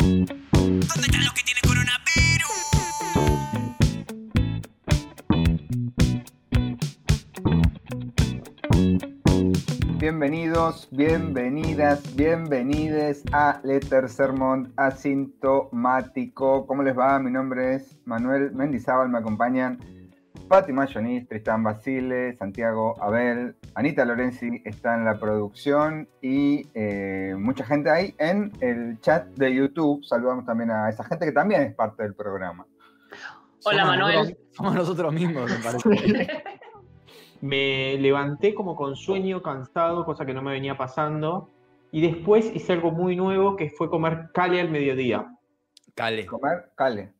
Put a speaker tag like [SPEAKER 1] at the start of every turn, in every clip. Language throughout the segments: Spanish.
[SPEAKER 1] ¿Dónde están los que tienen coronavirus?
[SPEAKER 2] Bienvenidos, bienvenidas, bienvenides a Letter Sermon Asintomático. ¿Cómo les va? Mi nombre es Manuel Mendizábal, me acompañan Pati Mayonis, Tristán Basile, Santiago Abel, Anita Lorenzi está en la producción y eh, mucha gente ahí en el chat de YouTube. Saludamos también a esa gente que también es parte del programa.
[SPEAKER 3] Hola,
[SPEAKER 4] Somos
[SPEAKER 3] Manuel.
[SPEAKER 4] nosotros- somos nosotros mismos, me parece.
[SPEAKER 5] Me levanté como con sueño, cansado, cosa que no me venía pasando. Y después hice algo muy nuevo que fue comer cale al mediodía.
[SPEAKER 4] Cale.
[SPEAKER 2] Comer, cale,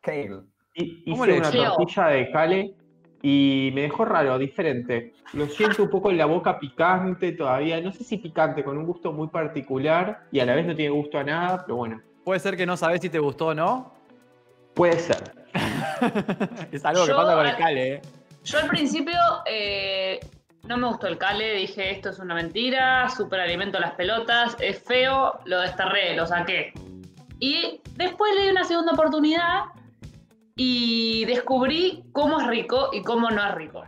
[SPEAKER 2] kale.
[SPEAKER 5] Y-
[SPEAKER 4] ¿Cómo
[SPEAKER 5] hice
[SPEAKER 4] le
[SPEAKER 5] una
[SPEAKER 3] decís?
[SPEAKER 5] tortilla de cale y me dejó raro, diferente. Lo siento un poco en la boca picante todavía. No sé si picante, con un gusto muy particular y a la vez no tiene gusto a nada, pero bueno,
[SPEAKER 4] Puede ser que no sabés si te gustó o no.
[SPEAKER 5] puede ser.
[SPEAKER 4] Es algo que
[SPEAKER 3] Yo-
[SPEAKER 4] pasa con el cale, ¿eh?
[SPEAKER 3] Yo al principio eh, no me gustó el cale, dije esto es una mentira, superalimento a las pelotas, es feo, lo desterré, lo saqué. Y después le di una segunda oportunidad y descubrí cómo es rico y cómo no es rico.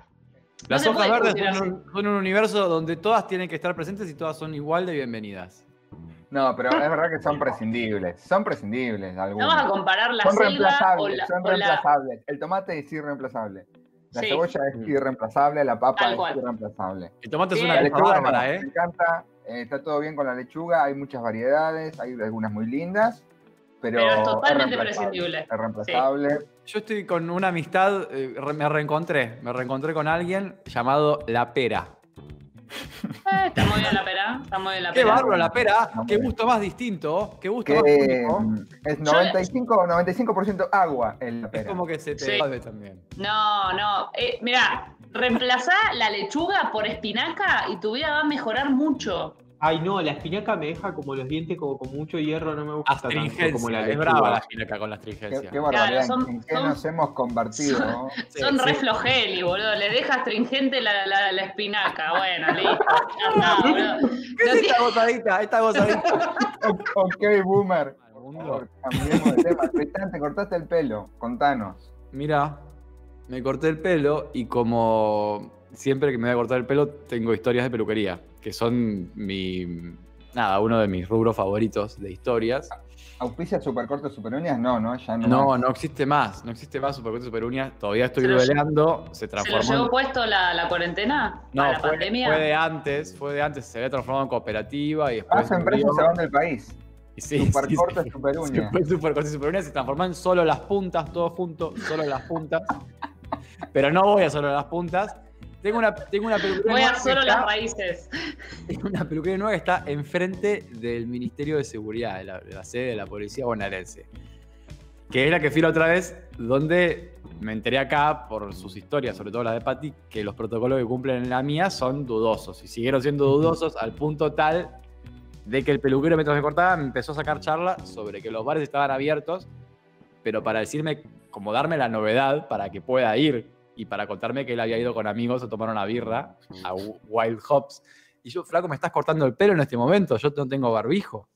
[SPEAKER 4] Las
[SPEAKER 3] se
[SPEAKER 4] hojas
[SPEAKER 3] puede
[SPEAKER 4] verdes
[SPEAKER 3] cocinar
[SPEAKER 4] son un, son un universo donde todas tienen que estar presentes y todas son igual de bienvenidas.
[SPEAKER 2] No, pero es verdad que son prescindibles, son prescindibles
[SPEAKER 3] No
[SPEAKER 2] algunos.
[SPEAKER 3] vas a comparar la
[SPEAKER 2] son
[SPEAKER 3] selva
[SPEAKER 2] reemplazables,
[SPEAKER 3] o la...
[SPEAKER 2] son
[SPEAKER 3] o la-
[SPEAKER 2] reemplazables. El tomate es irreemplazable. La
[SPEAKER 3] Sí.
[SPEAKER 2] cebolla es
[SPEAKER 4] Mm.
[SPEAKER 2] irreemplazable, la papa
[SPEAKER 3] Tal
[SPEAKER 2] es
[SPEAKER 3] cual.
[SPEAKER 2] irreemplazable.
[SPEAKER 4] El tomate es
[SPEAKER 3] Bien.
[SPEAKER 4] una
[SPEAKER 2] La
[SPEAKER 3] Tal
[SPEAKER 4] lechuga
[SPEAKER 2] lechuga
[SPEAKER 4] bárbara,
[SPEAKER 2] no,
[SPEAKER 4] ¿eh?
[SPEAKER 2] me encanta, eh, está todo bien con la lechuga, hay muchas variedades, hay algunas muy lindas, pero,
[SPEAKER 3] Pero es totalmente
[SPEAKER 2] reemplazable,
[SPEAKER 3] prescindible.
[SPEAKER 2] Es reemplazable.
[SPEAKER 4] ¿eh? Yo estoy con una amistad, eh, re- me reencontré. Me reencontré con alguien llamado La Pera.
[SPEAKER 3] Eh, está muy bien la pera, está muy bien la
[SPEAKER 4] ¡Qué
[SPEAKER 3] pera.
[SPEAKER 4] bárbaro, La Pera!
[SPEAKER 2] Está muy
[SPEAKER 4] ¡Qué
[SPEAKER 2] bien.
[SPEAKER 4] gusto más distinto! ¡Qué gusto
[SPEAKER 2] Que
[SPEAKER 4] más
[SPEAKER 2] eh,
[SPEAKER 4] único!
[SPEAKER 2] es
[SPEAKER 3] Yo-
[SPEAKER 2] 95 o 95% agua en la
[SPEAKER 4] Es
[SPEAKER 2] pera.
[SPEAKER 4] como que se te
[SPEAKER 3] Sí.
[SPEAKER 4] jode también.
[SPEAKER 3] No, no. Eh, mira, reemplazá la lechuga por espinaca y tu vida va a mejorar mucho.
[SPEAKER 5] Ay, no, la espinaca me deja como los dientes, como con mucho hierro, no me gusta tanto
[SPEAKER 4] Astringencia.
[SPEAKER 5] como la
[SPEAKER 4] es
[SPEAKER 5] lechuga.
[SPEAKER 4] brava la ginaca con la
[SPEAKER 2] Qué,
[SPEAKER 4] astringencia.
[SPEAKER 2] qué barbaridad,
[SPEAKER 3] son-
[SPEAKER 2] ¿en qué
[SPEAKER 3] son-
[SPEAKER 2] nos hemos convertido?
[SPEAKER 3] son-
[SPEAKER 2] no?
[SPEAKER 3] Son
[SPEAKER 4] Sí,
[SPEAKER 3] re
[SPEAKER 4] sí.
[SPEAKER 3] flojeli, boludo. Le dejas tringente la, la- la espinaca. Bueno, listo. Ya está, boludo.
[SPEAKER 4] ¿Qué
[SPEAKER 3] No
[SPEAKER 4] es
[SPEAKER 3] tiene-
[SPEAKER 4] esta gozadita? Esta gozadita.
[SPEAKER 2] ok, boomer. Por favor, cambiemos de tema. Tristán, te cortaste el pelo, contanos.
[SPEAKER 4] Mira, me corté el pelo y como siempre que me voy a cortar el pelo tengo historias de peluquería, que son mi nada, uno de mis rubros favoritos de historias.
[SPEAKER 2] ¿Auspicia supercortes, superuñas? No, no, ya no.
[SPEAKER 4] No, no existe más, no existe más Supercorte Super Uñas, todavía estoy
[SPEAKER 3] Se lo lle-
[SPEAKER 4] velando, se
[SPEAKER 3] ¿Se lo
[SPEAKER 4] transformó. en-
[SPEAKER 3] llevó puesto la, la cuarentena? ¿A
[SPEAKER 4] No,
[SPEAKER 3] la
[SPEAKER 4] fue,
[SPEAKER 3] pandemia?
[SPEAKER 4] fue de antes, fue de antes, se había transformado en cooperativa y después.
[SPEAKER 2] Las empresas se van del país.
[SPEAKER 4] y sí, sí,
[SPEAKER 2] Supercortes,
[SPEAKER 4] sí.
[SPEAKER 2] superuñas.
[SPEAKER 4] Super, super corte, super uñas, se transformó en solo las puntas, todo junto, solo las puntas. Pero no voy a solo las puntas. Tengo una, tengo una peluquería
[SPEAKER 3] Voy a
[SPEAKER 4] nueva que
[SPEAKER 3] solo
[SPEAKER 4] está-
[SPEAKER 3] las raíces.
[SPEAKER 4] tengo una peluquería nueva que está enfrente del Ministerio de Seguridad, de la, de la sede de la policía bonaerense. Que es la que fui la otra vez, donde me enteré acá por sus historias, sobre todo las de Patti, que los protocolos que cumplen en la mía son dudosos. Y siguieron siendo dudosos al punto tal de que el peluquero, mientras me cortaba, me empezó a sacar charla sobre que los bares estaban abiertos, pero para decirme, como darme la novedad para que pueda ir y para contarme que él había ido con amigos a tomar una birra a Wild Hops. Y yo, flaco, me estás cortando el pelo en este momento, yo no tengo barbijo.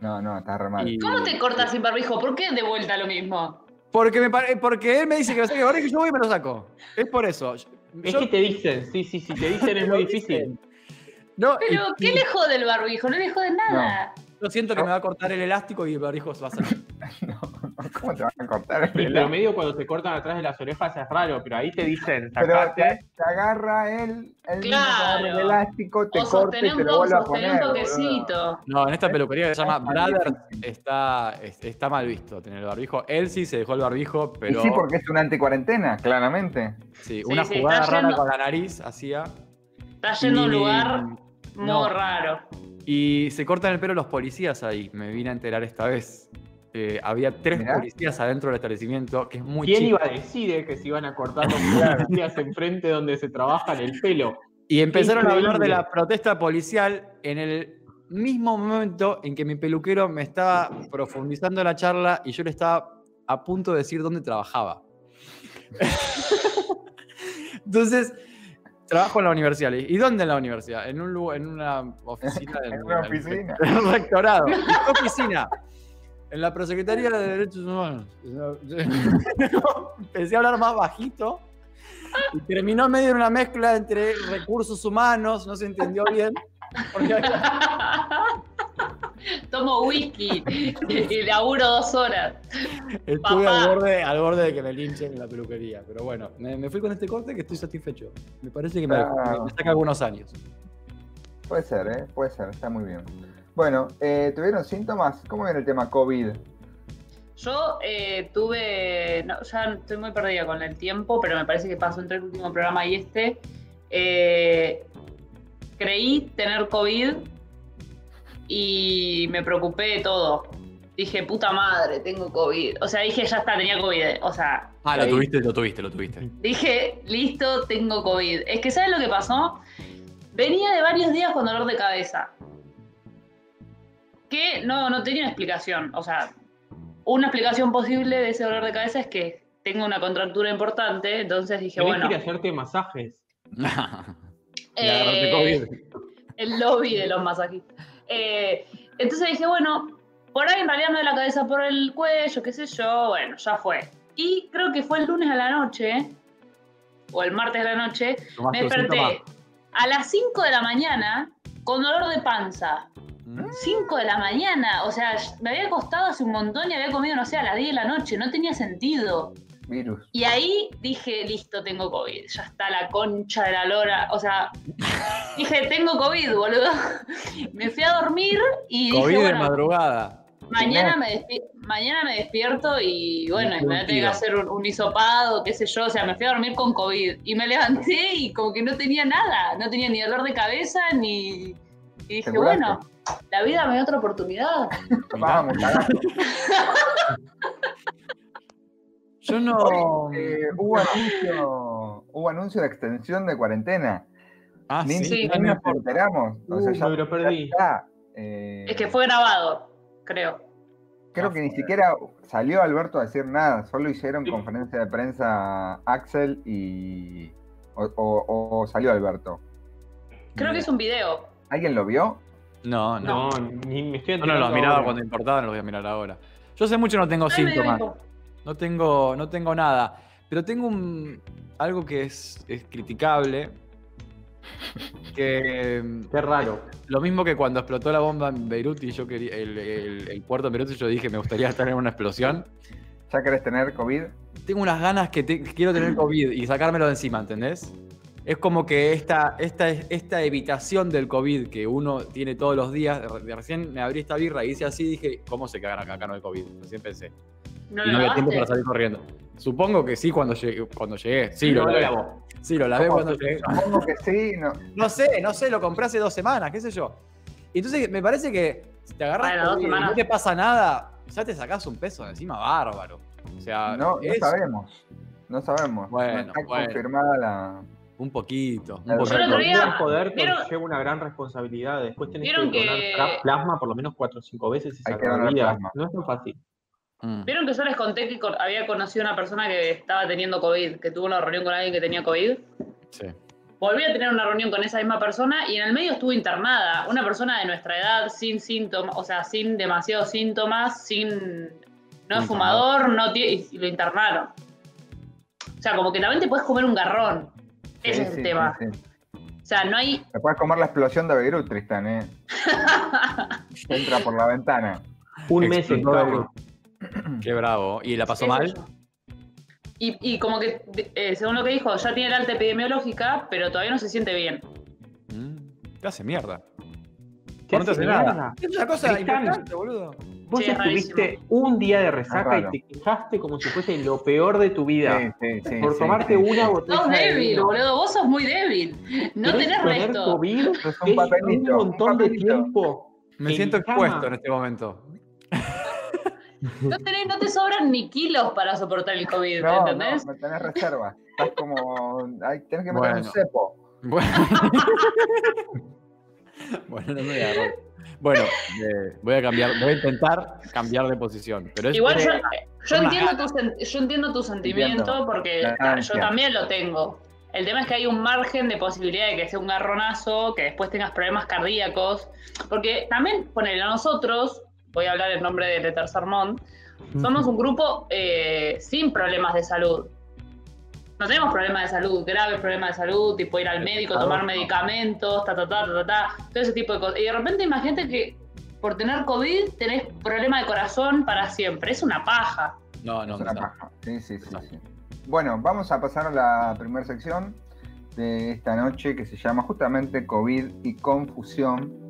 [SPEAKER 2] No, no, está re mal.
[SPEAKER 4] Y-
[SPEAKER 3] ¿Cómo te cortas sin barbijo? ¿Por qué de vuelta lo mismo?
[SPEAKER 4] Porque, me pare- porque él me dice que me saque el barbijo y yo voy y me lo saco. Es por eso. Yo-
[SPEAKER 5] Es
[SPEAKER 4] yo-
[SPEAKER 5] que te dicen, sí, sí, sí, te dicen es
[SPEAKER 4] lo
[SPEAKER 5] muy difícil.
[SPEAKER 4] dicen. No, y-
[SPEAKER 3] Pero, ¿qué
[SPEAKER 4] y
[SPEAKER 3] le jode el barbijo? No le jode nada.
[SPEAKER 4] Yo siento que me va a cortar el elástico y el barbijo se va a salir.
[SPEAKER 2] ¿Cómo te van a cortar el
[SPEAKER 5] Y
[SPEAKER 2] pelo?
[SPEAKER 5] pero medio cuando te cortan atrás de las orejas es raro, pero ahí te dicen,
[SPEAKER 2] Pero
[SPEAKER 5] sacate.
[SPEAKER 2] te, te agarra él, él mismo te agarra
[SPEAKER 3] Claro.
[SPEAKER 2] el elástico, te
[SPEAKER 3] o
[SPEAKER 2] corta y
[SPEAKER 3] sostener
[SPEAKER 2] te
[SPEAKER 3] un
[SPEAKER 2] lo
[SPEAKER 3] toque,
[SPEAKER 2] vuelve a
[SPEAKER 3] sostener un
[SPEAKER 2] poner. boludo.
[SPEAKER 3] toquecito.
[SPEAKER 4] No, en esta peluquería que se llama eh,
[SPEAKER 2] Está bien.
[SPEAKER 4] Brothers está, es- está mal visto tener el barbijo. Él sí se dejó el barbijo,
[SPEAKER 2] Y
[SPEAKER 4] pero
[SPEAKER 2] sí, porque es una anticuarentena, claramente.
[SPEAKER 4] sí,
[SPEAKER 3] Sí,
[SPEAKER 4] una
[SPEAKER 3] sí,
[SPEAKER 4] jugada
[SPEAKER 3] está
[SPEAKER 4] rara
[SPEAKER 3] yendo-
[SPEAKER 4] con la nariz hacía.
[SPEAKER 3] Está yendo a un
[SPEAKER 4] Y-
[SPEAKER 3] lugar muy
[SPEAKER 4] no.
[SPEAKER 3] raro.
[SPEAKER 4] Y se cortan el pelo los policías ahí, me vine a enterar esta vez. Eh, había tres
[SPEAKER 2] Mirá.
[SPEAKER 4] policías adentro del establecimiento, que es muy
[SPEAKER 5] ¿Quién
[SPEAKER 4] chico.
[SPEAKER 5] iba a decir eh, que se iban a cortar los días enfrente donde se trabajan el pelo?
[SPEAKER 4] Y empezaron a hablar de
[SPEAKER 5] Increíble.
[SPEAKER 4] la protesta policial en el mismo momento en que mi peluquero me estaba profundizando la charla y yo le estaba a punto de decir dónde trabajaba. Entonces, trabajo en la universidad. Le dije, ¿Y dónde en la universidad? En, un lugar, en una oficina del,
[SPEAKER 2] En una
[SPEAKER 4] del-
[SPEAKER 2] oficina.
[SPEAKER 4] del rectorado. ¿Y qué oficina? En la Prosecretaría de Derechos Humanos. Empecé a hablar más bajito y terminó en medio de una mezcla entre recursos humanos, no se entendió bien. porque había-
[SPEAKER 3] Tomo whisky y laburo dos horas.
[SPEAKER 4] estuve
[SPEAKER 3] Papá.
[SPEAKER 4] al borde, al borde de que me linchen en la peluquería. Pero bueno, me, me fui con este corte que estoy satisfecho. Me parece que me,
[SPEAKER 2] Claro.
[SPEAKER 4] me saca algunos años.
[SPEAKER 2] Puede ser, ¿eh? Puede ser, está muy bien. Bueno, eh, ¿tuvieron síntomas? ¿Cómo viene el tema COVID?
[SPEAKER 3] Yo eh, tuve, no, ya estoy muy perdida con el tiempo, pero me parece que pasó entre el último programa y este. Eh, creí tener COVID y me preocupé de todo. Dije, puta madre, tengo COVID. O sea, dije, ya está, tenía COVID. O sea,
[SPEAKER 4] Ah,
[SPEAKER 3] lo
[SPEAKER 4] tuviste, lo tuviste, lo tuviste.
[SPEAKER 3] dije, listo, tengo COVID. Es que, ¿sabes lo que pasó? Venía de varios días con dolor de cabeza. Que no, no tenía una explicación. O sea, una explicación posible de ese dolor de cabeza es que tengo una contractura importante. Entonces dije,
[SPEAKER 5] Tenés
[SPEAKER 3] bueno,
[SPEAKER 5] que ir a hacerte masajes.
[SPEAKER 3] eh, el lobby de los masajistas. Eh, entonces dije, bueno, por ahí en realidad me da la cabeza por el cuello, qué sé yo, bueno, ya fue. Y creo que fue el lunes a la noche, o el martes a la noche, me desperté a las 5 de la mañana con dolor de panza.
[SPEAKER 4] Mm.
[SPEAKER 3] 5 de la mañana, o sea, me había acostado hace un montón y había comido, no sé, a las 10 de la noche, no tenía sentido.
[SPEAKER 2] Virus.
[SPEAKER 3] Y ahí dije, listo, tengo COVID, ya está la concha de la lora, o sea, dije, tengo COVID, boludo. Me fui a dormir y
[SPEAKER 4] COVID
[SPEAKER 3] dije,
[SPEAKER 4] de
[SPEAKER 3] bueno,
[SPEAKER 4] madrugada.
[SPEAKER 3] mañana me, despi- mañana me despierto y bueno, y me voy a tener que hacer un, un hisopado, qué sé yo, o sea, me fui a dormir con COVID y me levanté y como que no tenía nada, no tenía ni dolor de cabeza ni... Y dije,
[SPEAKER 2] ¿Te curaste?
[SPEAKER 3] bueno, la vida me da otra oportunidad.
[SPEAKER 2] Vamos, carajo.
[SPEAKER 4] Yo no.
[SPEAKER 2] Eh, hubo, anuncio, hubo anuncio de extensión de cuarentena.
[SPEAKER 4] Ah,
[SPEAKER 2] Ni,
[SPEAKER 3] Sí.
[SPEAKER 2] ni nos enteramos. O sea,
[SPEAKER 5] Uh,
[SPEAKER 2] ya,
[SPEAKER 5] me lo perdí.
[SPEAKER 2] ya está. Eh,
[SPEAKER 3] Es que fue grabado, creo.
[SPEAKER 2] Creo que ni siquiera salió Alberto a decir nada, solo hicieron
[SPEAKER 5] Sí.
[SPEAKER 2] conferencia de prensa Axel y. O, o- o salió Alberto.
[SPEAKER 3] Creo que es un video.
[SPEAKER 2] ¿Alguien lo vio?
[SPEAKER 4] No, no.
[SPEAKER 5] No, ni me estoy
[SPEAKER 4] No, no,
[SPEAKER 5] enterando.
[SPEAKER 4] los miraba
[SPEAKER 5] ahora.
[SPEAKER 4] cuando importaba, no los voy a mirar ahora. Yo hace mucho no tengo
[SPEAKER 3] Ay, me dio
[SPEAKER 4] síntomas.
[SPEAKER 3] hipo.
[SPEAKER 4] No tengo, no tengo nada. Pero tengo un, algo que es, es criticable. Que mm,
[SPEAKER 5] Qué raro.
[SPEAKER 4] lo mismo que cuando explotó la bomba en Beirut y yo quería. El, el- el puerto en Beirut, y yo dije, me gustaría estar en una explosión.
[SPEAKER 2] ¿Ya querés tener COVID?
[SPEAKER 4] Tengo unas ganas que te- que quiero tener COVID y sacármelo de encima, ¿entendés? Es como que esta, esta, esta evitación del COVID que uno tiene todos los días. de- de recién me abrí esta birra y hice así dije, ¿cómo se cagan acá? Acá no hay COVID. Recién pensé.
[SPEAKER 3] ¿No
[SPEAKER 4] Y
[SPEAKER 3] lo
[SPEAKER 4] no había tiempo
[SPEAKER 3] grabaste?
[SPEAKER 4] para salir corriendo. Supongo que sí cuando llegué. Cuando llegué. Sí, lo
[SPEAKER 5] No lo
[SPEAKER 4] lavé.
[SPEAKER 5] grabó.
[SPEAKER 4] Sí, lo lavé
[SPEAKER 2] ¿Cómo?
[SPEAKER 4] cuando llegué.
[SPEAKER 2] Supongo que sí, no.
[SPEAKER 4] No sé, no sé, lo compré hace dos semanas, qué sé yo. Entonces me parece que si te agarras
[SPEAKER 3] Bueno, dos
[SPEAKER 4] COVID y
[SPEAKER 3] semanas.
[SPEAKER 4] no te pasa nada, ya te sacás un peso de encima bárbaro. O sea,
[SPEAKER 2] No, no
[SPEAKER 4] Ah, es
[SPEAKER 2] sabemos. No sabemos.
[SPEAKER 4] Bueno,
[SPEAKER 2] no está
[SPEAKER 4] bueno.
[SPEAKER 2] confirmada la.
[SPEAKER 4] un poquito. Un
[SPEAKER 2] Yo
[SPEAKER 4] poquito.
[SPEAKER 3] el otro día-
[SPEAKER 5] El poder
[SPEAKER 3] ¿vieron-
[SPEAKER 5] conlleva una gran responsabilidad. Después tenés que
[SPEAKER 3] ¿Vieron
[SPEAKER 5] donar
[SPEAKER 3] que-
[SPEAKER 5] pla- plasma por lo menos cuatro o cinco veces y
[SPEAKER 2] Hay que
[SPEAKER 5] salvar
[SPEAKER 2] donar
[SPEAKER 5] vidas.
[SPEAKER 2] plasma.
[SPEAKER 5] No es tan fácil.
[SPEAKER 4] Mm.
[SPEAKER 3] ¿Vieron que yo les conté que con- había conocido a una persona que estaba teniendo COVID, que tuvo una reunión con alguien que tenía COVID?
[SPEAKER 4] Sí.
[SPEAKER 3] Volví a tener una reunión con esa misma persona y en el medio estuve internada. Una persona de nuestra edad, sin síntomas, o sea, sin demasiados síntomas, sin. No es
[SPEAKER 4] Internado.
[SPEAKER 3] fumador, no tie- y lo internaron. O sea, como que también te puedes comer un garrón. Ese
[SPEAKER 2] Sí,
[SPEAKER 3] es el
[SPEAKER 2] sí,
[SPEAKER 3] tema.
[SPEAKER 2] sí, sí.
[SPEAKER 3] O sea, no hay.
[SPEAKER 2] Te puedes comer la explosión de Beirut, Tristan, ¿eh? Te entra por la ventana.
[SPEAKER 5] Un mes
[SPEAKER 4] Explotó
[SPEAKER 5] estaba-
[SPEAKER 4] Beirut. Qué bravo. ¿Y la pasó
[SPEAKER 3] qué sé
[SPEAKER 4] mal?
[SPEAKER 3] yo. Y, y como que, de- eh, según lo que dijo, ya tiene el alta epidemiológica, pero todavía no se siente bien.
[SPEAKER 4] Mm. Te hace mierda.
[SPEAKER 5] ¿Qué
[SPEAKER 4] No te hace
[SPEAKER 5] hace
[SPEAKER 4] nada.
[SPEAKER 5] nada?
[SPEAKER 4] Es una cosa
[SPEAKER 5] Tristán.
[SPEAKER 4] importante, boludo.
[SPEAKER 5] Vos
[SPEAKER 3] Sí, es
[SPEAKER 5] estuviste un día de resaca
[SPEAKER 2] Es
[SPEAKER 5] y
[SPEAKER 2] raro.
[SPEAKER 5] te quejaste como si fuese lo peor de tu vida.
[SPEAKER 2] Sí, sí, sí.
[SPEAKER 5] por
[SPEAKER 2] sí,
[SPEAKER 5] tomarte
[SPEAKER 2] sí.
[SPEAKER 5] una botella
[SPEAKER 3] Sos
[SPEAKER 5] de
[SPEAKER 3] débil,
[SPEAKER 5] vino.
[SPEAKER 3] boludo. Vos sos muy débil. No
[SPEAKER 5] ¿Querés
[SPEAKER 3] tenés
[SPEAKER 5] tener
[SPEAKER 3] resto.
[SPEAKER 5] COVID?
[SPEAKER 2] Es
[SPEAKER 5] Es
[SPEAKER 2] un papelito.
[SPEAKER 5] un
[SPEAKER 2] un
[SPEAKER 5] montón de
[SPEAKER 2] papelito.
[SPEAKER 5] tiempo.
[SPEAKER 4] Me
[SPEAKER 5] En
[SPEAKER 4] siento
[SPEAKER 5] mi
[SPEAKER 4] expuesto
[SPEAKER 5] cama.
[SPEAKER 4] en este momento.
[SPEAKER 3] No, tenés, no te sobran ni kilos para soportar el COVID,
[SPEAKER 2] No, no,
[SPEAKER 3] ¿entendés?
[SPEAKER 2] no tenés reserva. Estás como. ay, tenés que meter
[SPEAKER 4] Bueno.
[SPEAKER 2] un cepo.
[SPEAKER 4] Bueno, Bueno, no me voy a agarrar. Bueno, eh, voy a cambiar, voy a intentar cambiar de posición. Pero es-
[SPEAKER 3] Igual yo, yo
[SPEAKER 4] una
[SPEAKER 3] entiendo tu, sen- yo entiendo tu sentimiento
[SPEAKER 2] Entiendo.
[SPEAKER 3] porque
[SPEAKER 2] La
[SPEAKER 3] ta, yo
[SPEAKER 2] ansia.
[SPEAKER 3] también lo tengo. El tema es que hay un margen de posibilidad de que sea un garronazo, que después tengas problemas cardíacos. Porque también, ponele, nosotros, voy a hablar en nombre de Leter Sermón, somos un grupo eh, sin problemas de salud. No tenemos problemas de salud, graves problemas de salud, tipo ir al médico, tomar medicamentos, ta, ta, ta, ta, ta, ta, todo ese tipo de cosas. Y de repente imagínate que por tener COVID tenés problema de corazón para siempre. Es una paja.
[SPEAKER 4] No, no,
[SPEAKER 2] Es una
[SPEAKER 4] no.
[SPEAKER 2] paja. Sí, sí, sí,
[SPEAKER 4] No.
[SPEAKER 2] sí. Bueno, vamos a pasar a la primera sección de esta noche que se llama justamente COVID y confusión.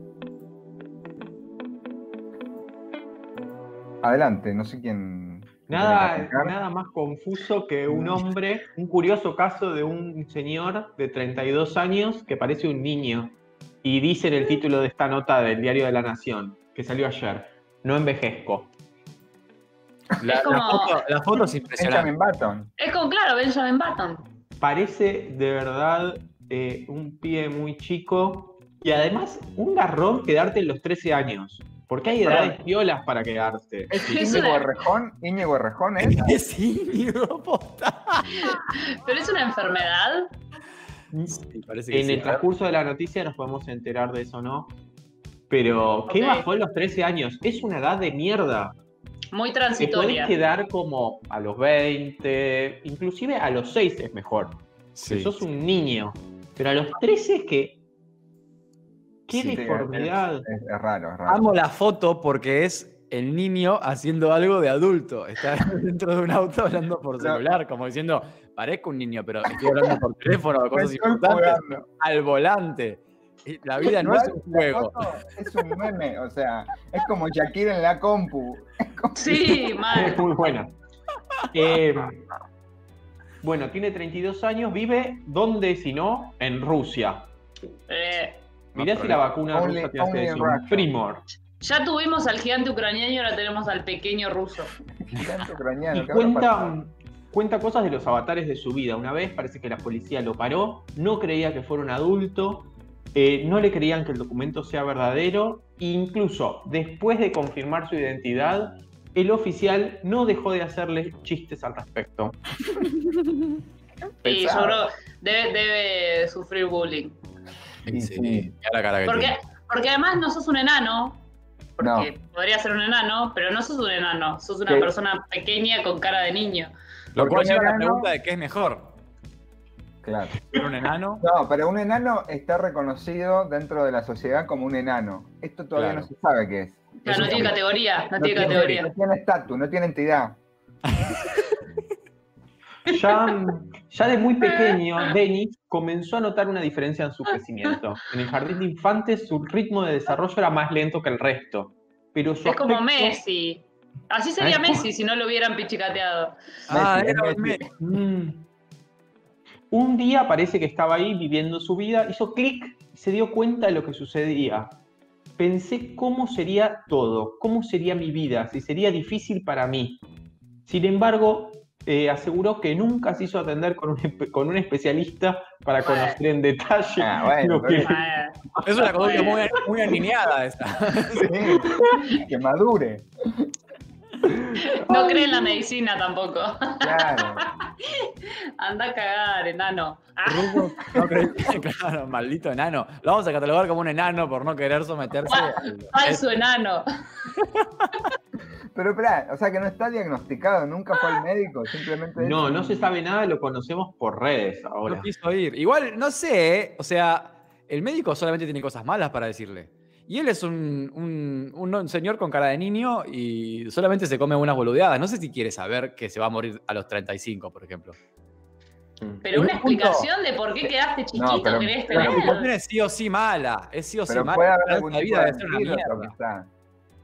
[SPEAKER 2] Adelante, no sé quién. quiere
[SPEAKER 5] Nada,
[SPEAKER 2] arrancar.
[SPEAKER 5] nada más confuso que
[SPEAKER 2] Mm.
[SPEAKER 5] un hombre, un curioso caso de un señor de 32 años que parece un niño. Y dice en el título de esta nota del Diario de la Nación, que salió ayer, no envejezco.
[SPEAKER 4] La,
[SPEAKER 3] Es como-
[SPEAKER 4] la foto, la foto es impresionante.
[SPEAKER 2] Benjamin Button.
[SPEAKER 3] Es con, claro, Benjamin Button.
[SPEAKER 5] Parece de verdad eh, un pie muy chico y además un garrón quedarte en los 13 años. Porque hay edades violas para quedarte.
[SPEAKER 2] Es
[SPEAKER 3] Es
[SPEAKER 2] Íñigo
[SPEAKER 3] una-
[SPEAKER 2] Errejón. Íñigo Errejón es.
[SPEAKER 4] Es Íñigo, posta.
[SPEAKER 3] Pero es una enfermedad.
[SPEAKER 4] Sí, parece que
[SPEAKER 5] En
[SPEAKER 4] sí.
[SPEAKER 5] el transcurso de la noticia nos podemos enterar de eso o no. Pero, ¿qué
[SPEAKER 3] Ok.
[SPEAKER 5] bajó en los 13 años? Es una edad de mierda.
[SPEAKER 3] Muy
[SPEAKER 5] Te podés
[SPEAKER 3] transitoria.
[SPEAKER 5] quedar como a los 20, inclusive a los 6 es mejor.
[SPEAKER 4] Sí.
[SPEAKER 5] Si sos un niño. Pero a los 13 es que. ¡Qué
[SPEAKER 4] Sí,
[SPEAKER 5] deformidad!
[SPEAKER 2] Es, es raro, es raro.
[SPEAKER 4] Amo la foto porque es el niño haciendo algo de adulto. Está dentro de un auto hablando por
[SPEAKER 2] Claro.
[SPEAKER 4] celular, como diciendo, parezco un niño, pero estoy hablando por teléfono, de
[SPEAKER 2] Me
[SPEAKER 4] cosas
[SPEAKER 2] estoy
[SPEAKER 4] importantes,
[SPEAKER 2] jugando.
[SPEAKER 4] al volante. Y La vida no es
[SPEAKER 2] Igual
[SPEAKER 4] un
[SPEAKER 2] la
[SPEAKER 4] juego.
[SPEAKER 2] foto Es un meme, o sea, es como Shakira en la compu.
[SPEAKER 3] Sí, mal.
[SPEAKER 5] Es muy buena. Eh, bueno, tiene 32 años, vive ¿dónde si no? En Rusia.
[SPEAKER 3] Eh,
[SPEAKER 5] Mirá si la vacuna
[SPEAKER 2] Only-
[SPEAKER 5] rusa te
[SPEAKER 2] only
[SPEAKER 5] hace eso,
[SPEAKER 2] in
[SPEAKER 5] un
[SPEAKER 2] Russia.
[SPEAKER 5] primor.
[SPEAKER 3] ya tuvimos al gigante ucraniano y ahora tenemos al pequeño ruso.
[SPEAKER 2] Gigante ucraniano,
[SPEAKER 5] Y
[SPEAKER 2] ¿qué habrá pasado?
[SPEAKER 5] cuenta, cuenta cosas de los avatares de su vida. Una vez parece que la policía lo paró, no creía que fuera un adulto, eh, no le creían que el documento sea verdadero, e incluso después de confirmar su identidad, el oficial no dejó de hacerle chistes al respecto.
[SPEAKER 3] Y yo
[SPEAKER 2] Pesado.
[SPEAKER 3] creo debe, debe sufrir bullying.
[SPEAKER 4] Sí, sí, mira la cara que
[SPEAKER 3] Porque,
[SPEAKER 4] tiene.
[SPEAKER 3] porque además no sos un enano.
[SPEAKER 2] No.
[SPEAKER 3] Porque podría ser un enano, pero no sos un enano. Sos una
[SPEAKER 2] Sí.
[SPEAKER 3] persona pequeña con cara de niño.
[SPEAKER 4] Lo cual
[SPEAKER 2] porque
[SPEAKER 4] lleva a la
[SPEAKER 2] enano-
[SPEAKER 4] pregunta de qué es mejor.
[SPEAKER 2] Claro.
[SPEAKER 4] ¿Ser un enano?
[SPEAKER 2] No, pero un enano está reconocido dentro de la sociedad como un enano. Esto todavía
[SPEAKER 4] Claro.
[SPEAKER 2] no se sabe qué es.
[SPEAKER 3] O sea, no tiene categoría. No, tiene
[SPEAKER 2] tiene-
[SPEAKER 3] categoría.
[SPEAKER 2] no tiene estatus, no tiene entidad.
[SPEAKER 5] Ya, ya de muy pequeño, Denis comenzó a notar una diferencia en su crecimiento. En el jardín de infantes, su ritmo de desarrollo era más lento que el resto. Pero su
[SPEAKER 3] Es como
[SPEAKER 5] aspecto-
[SPEAKER 3] Messi. Así sería
[SPEAKER 5] Ay.
[SPEAKER 3] Messi si no lo hubieran pichicateado.
[SPEAKER 4] Ah,
[SPEAKER 2] Messi,
[SPEAKER 4] era
[SPEAKER 2] es Messi.
[SPEAKER 4] Messi.
[SPEAKER 5] Mm. Un día parece que estaba ahí viviendo su vida, hizo clic y se dio cuenta de lo que sucedía. Pensé cómo sería todo, cómo sería mi vida, si sería difícil para mí. Sin embargo, eh, aseguró que nunca se hizo atender con un, espe- con un especialista para
[SPEAKER 3] Bueno.
[SPEAKER 5] conocer en detalle
[SPEAKER 2] Ah, bueno,
[SPEAKER 5] lo que-
[SPEAKER 3] Ah,
[SPEAKER 4] Es una conducta muy, muy alineada esa.
[SPEAKER 2] Sí, que madure.
[SPEAKER 3] No cree en la medicina tampoco.
[SPEAKER 2] Claro.
[SPEAKER 3] Anda a cagar, enano. Ah,
[SPEAKER 4] Ruso, no creí- claro, maldito enano. Lo vamos a catalogar como un enano por no querer someterse. al-
[SPEAKER 3] falso enano.
[SPEAKER 2] Pero espera, o sea que no está diagnosticado, nunca fue al médico, simplemente. es
[SPEAKER 5] No,
[SPEAKER 2] un-
[SPEAKER 5] no se sabe nada, lo conocemos por redes
[SPEAKER 4] No
[SPEAKER 5] ahora.
[SPEAKER 4] quiso ir. Igual, no sé, ¿eh? o sea, el médico solamente tiene cosas malas para decirle. Y él es un, un- un no- un señor con cara de niño y solamente se come unas boludeadas. No sé si quiere saber que se va a morir a los 35, por ejemplo.
[SPEAKER 5] Mm.
[SPEAKER 3] Pero una
[SPEAKER 4] En un punto-
[SPEAKER 3] explicación de por qué quedaste chiquito
[SPEAKER 2] pero-
[SPEAKER 3] querés
[SPEAKER 2] pero-
[SPEAKER 4] La
[SPEAKER 3] tener.
[SPEAKER 4] situación es sí o sí mala. Es sí o sí
[SPEAKER 2] Pero
[SPEAKER 4] mala.
[SPEAKER 2] puede haber
[SPEAKER 4] La
[SPEAKER 2] algún tipo
[SPEAKER 4] vida
[SPEAKER 2] de
[SPEAKER 4] debe ser una
[SPEAKER 2] antídoto,
[SPEAKER 4] mierda.
[SPEAKER 2] quizá.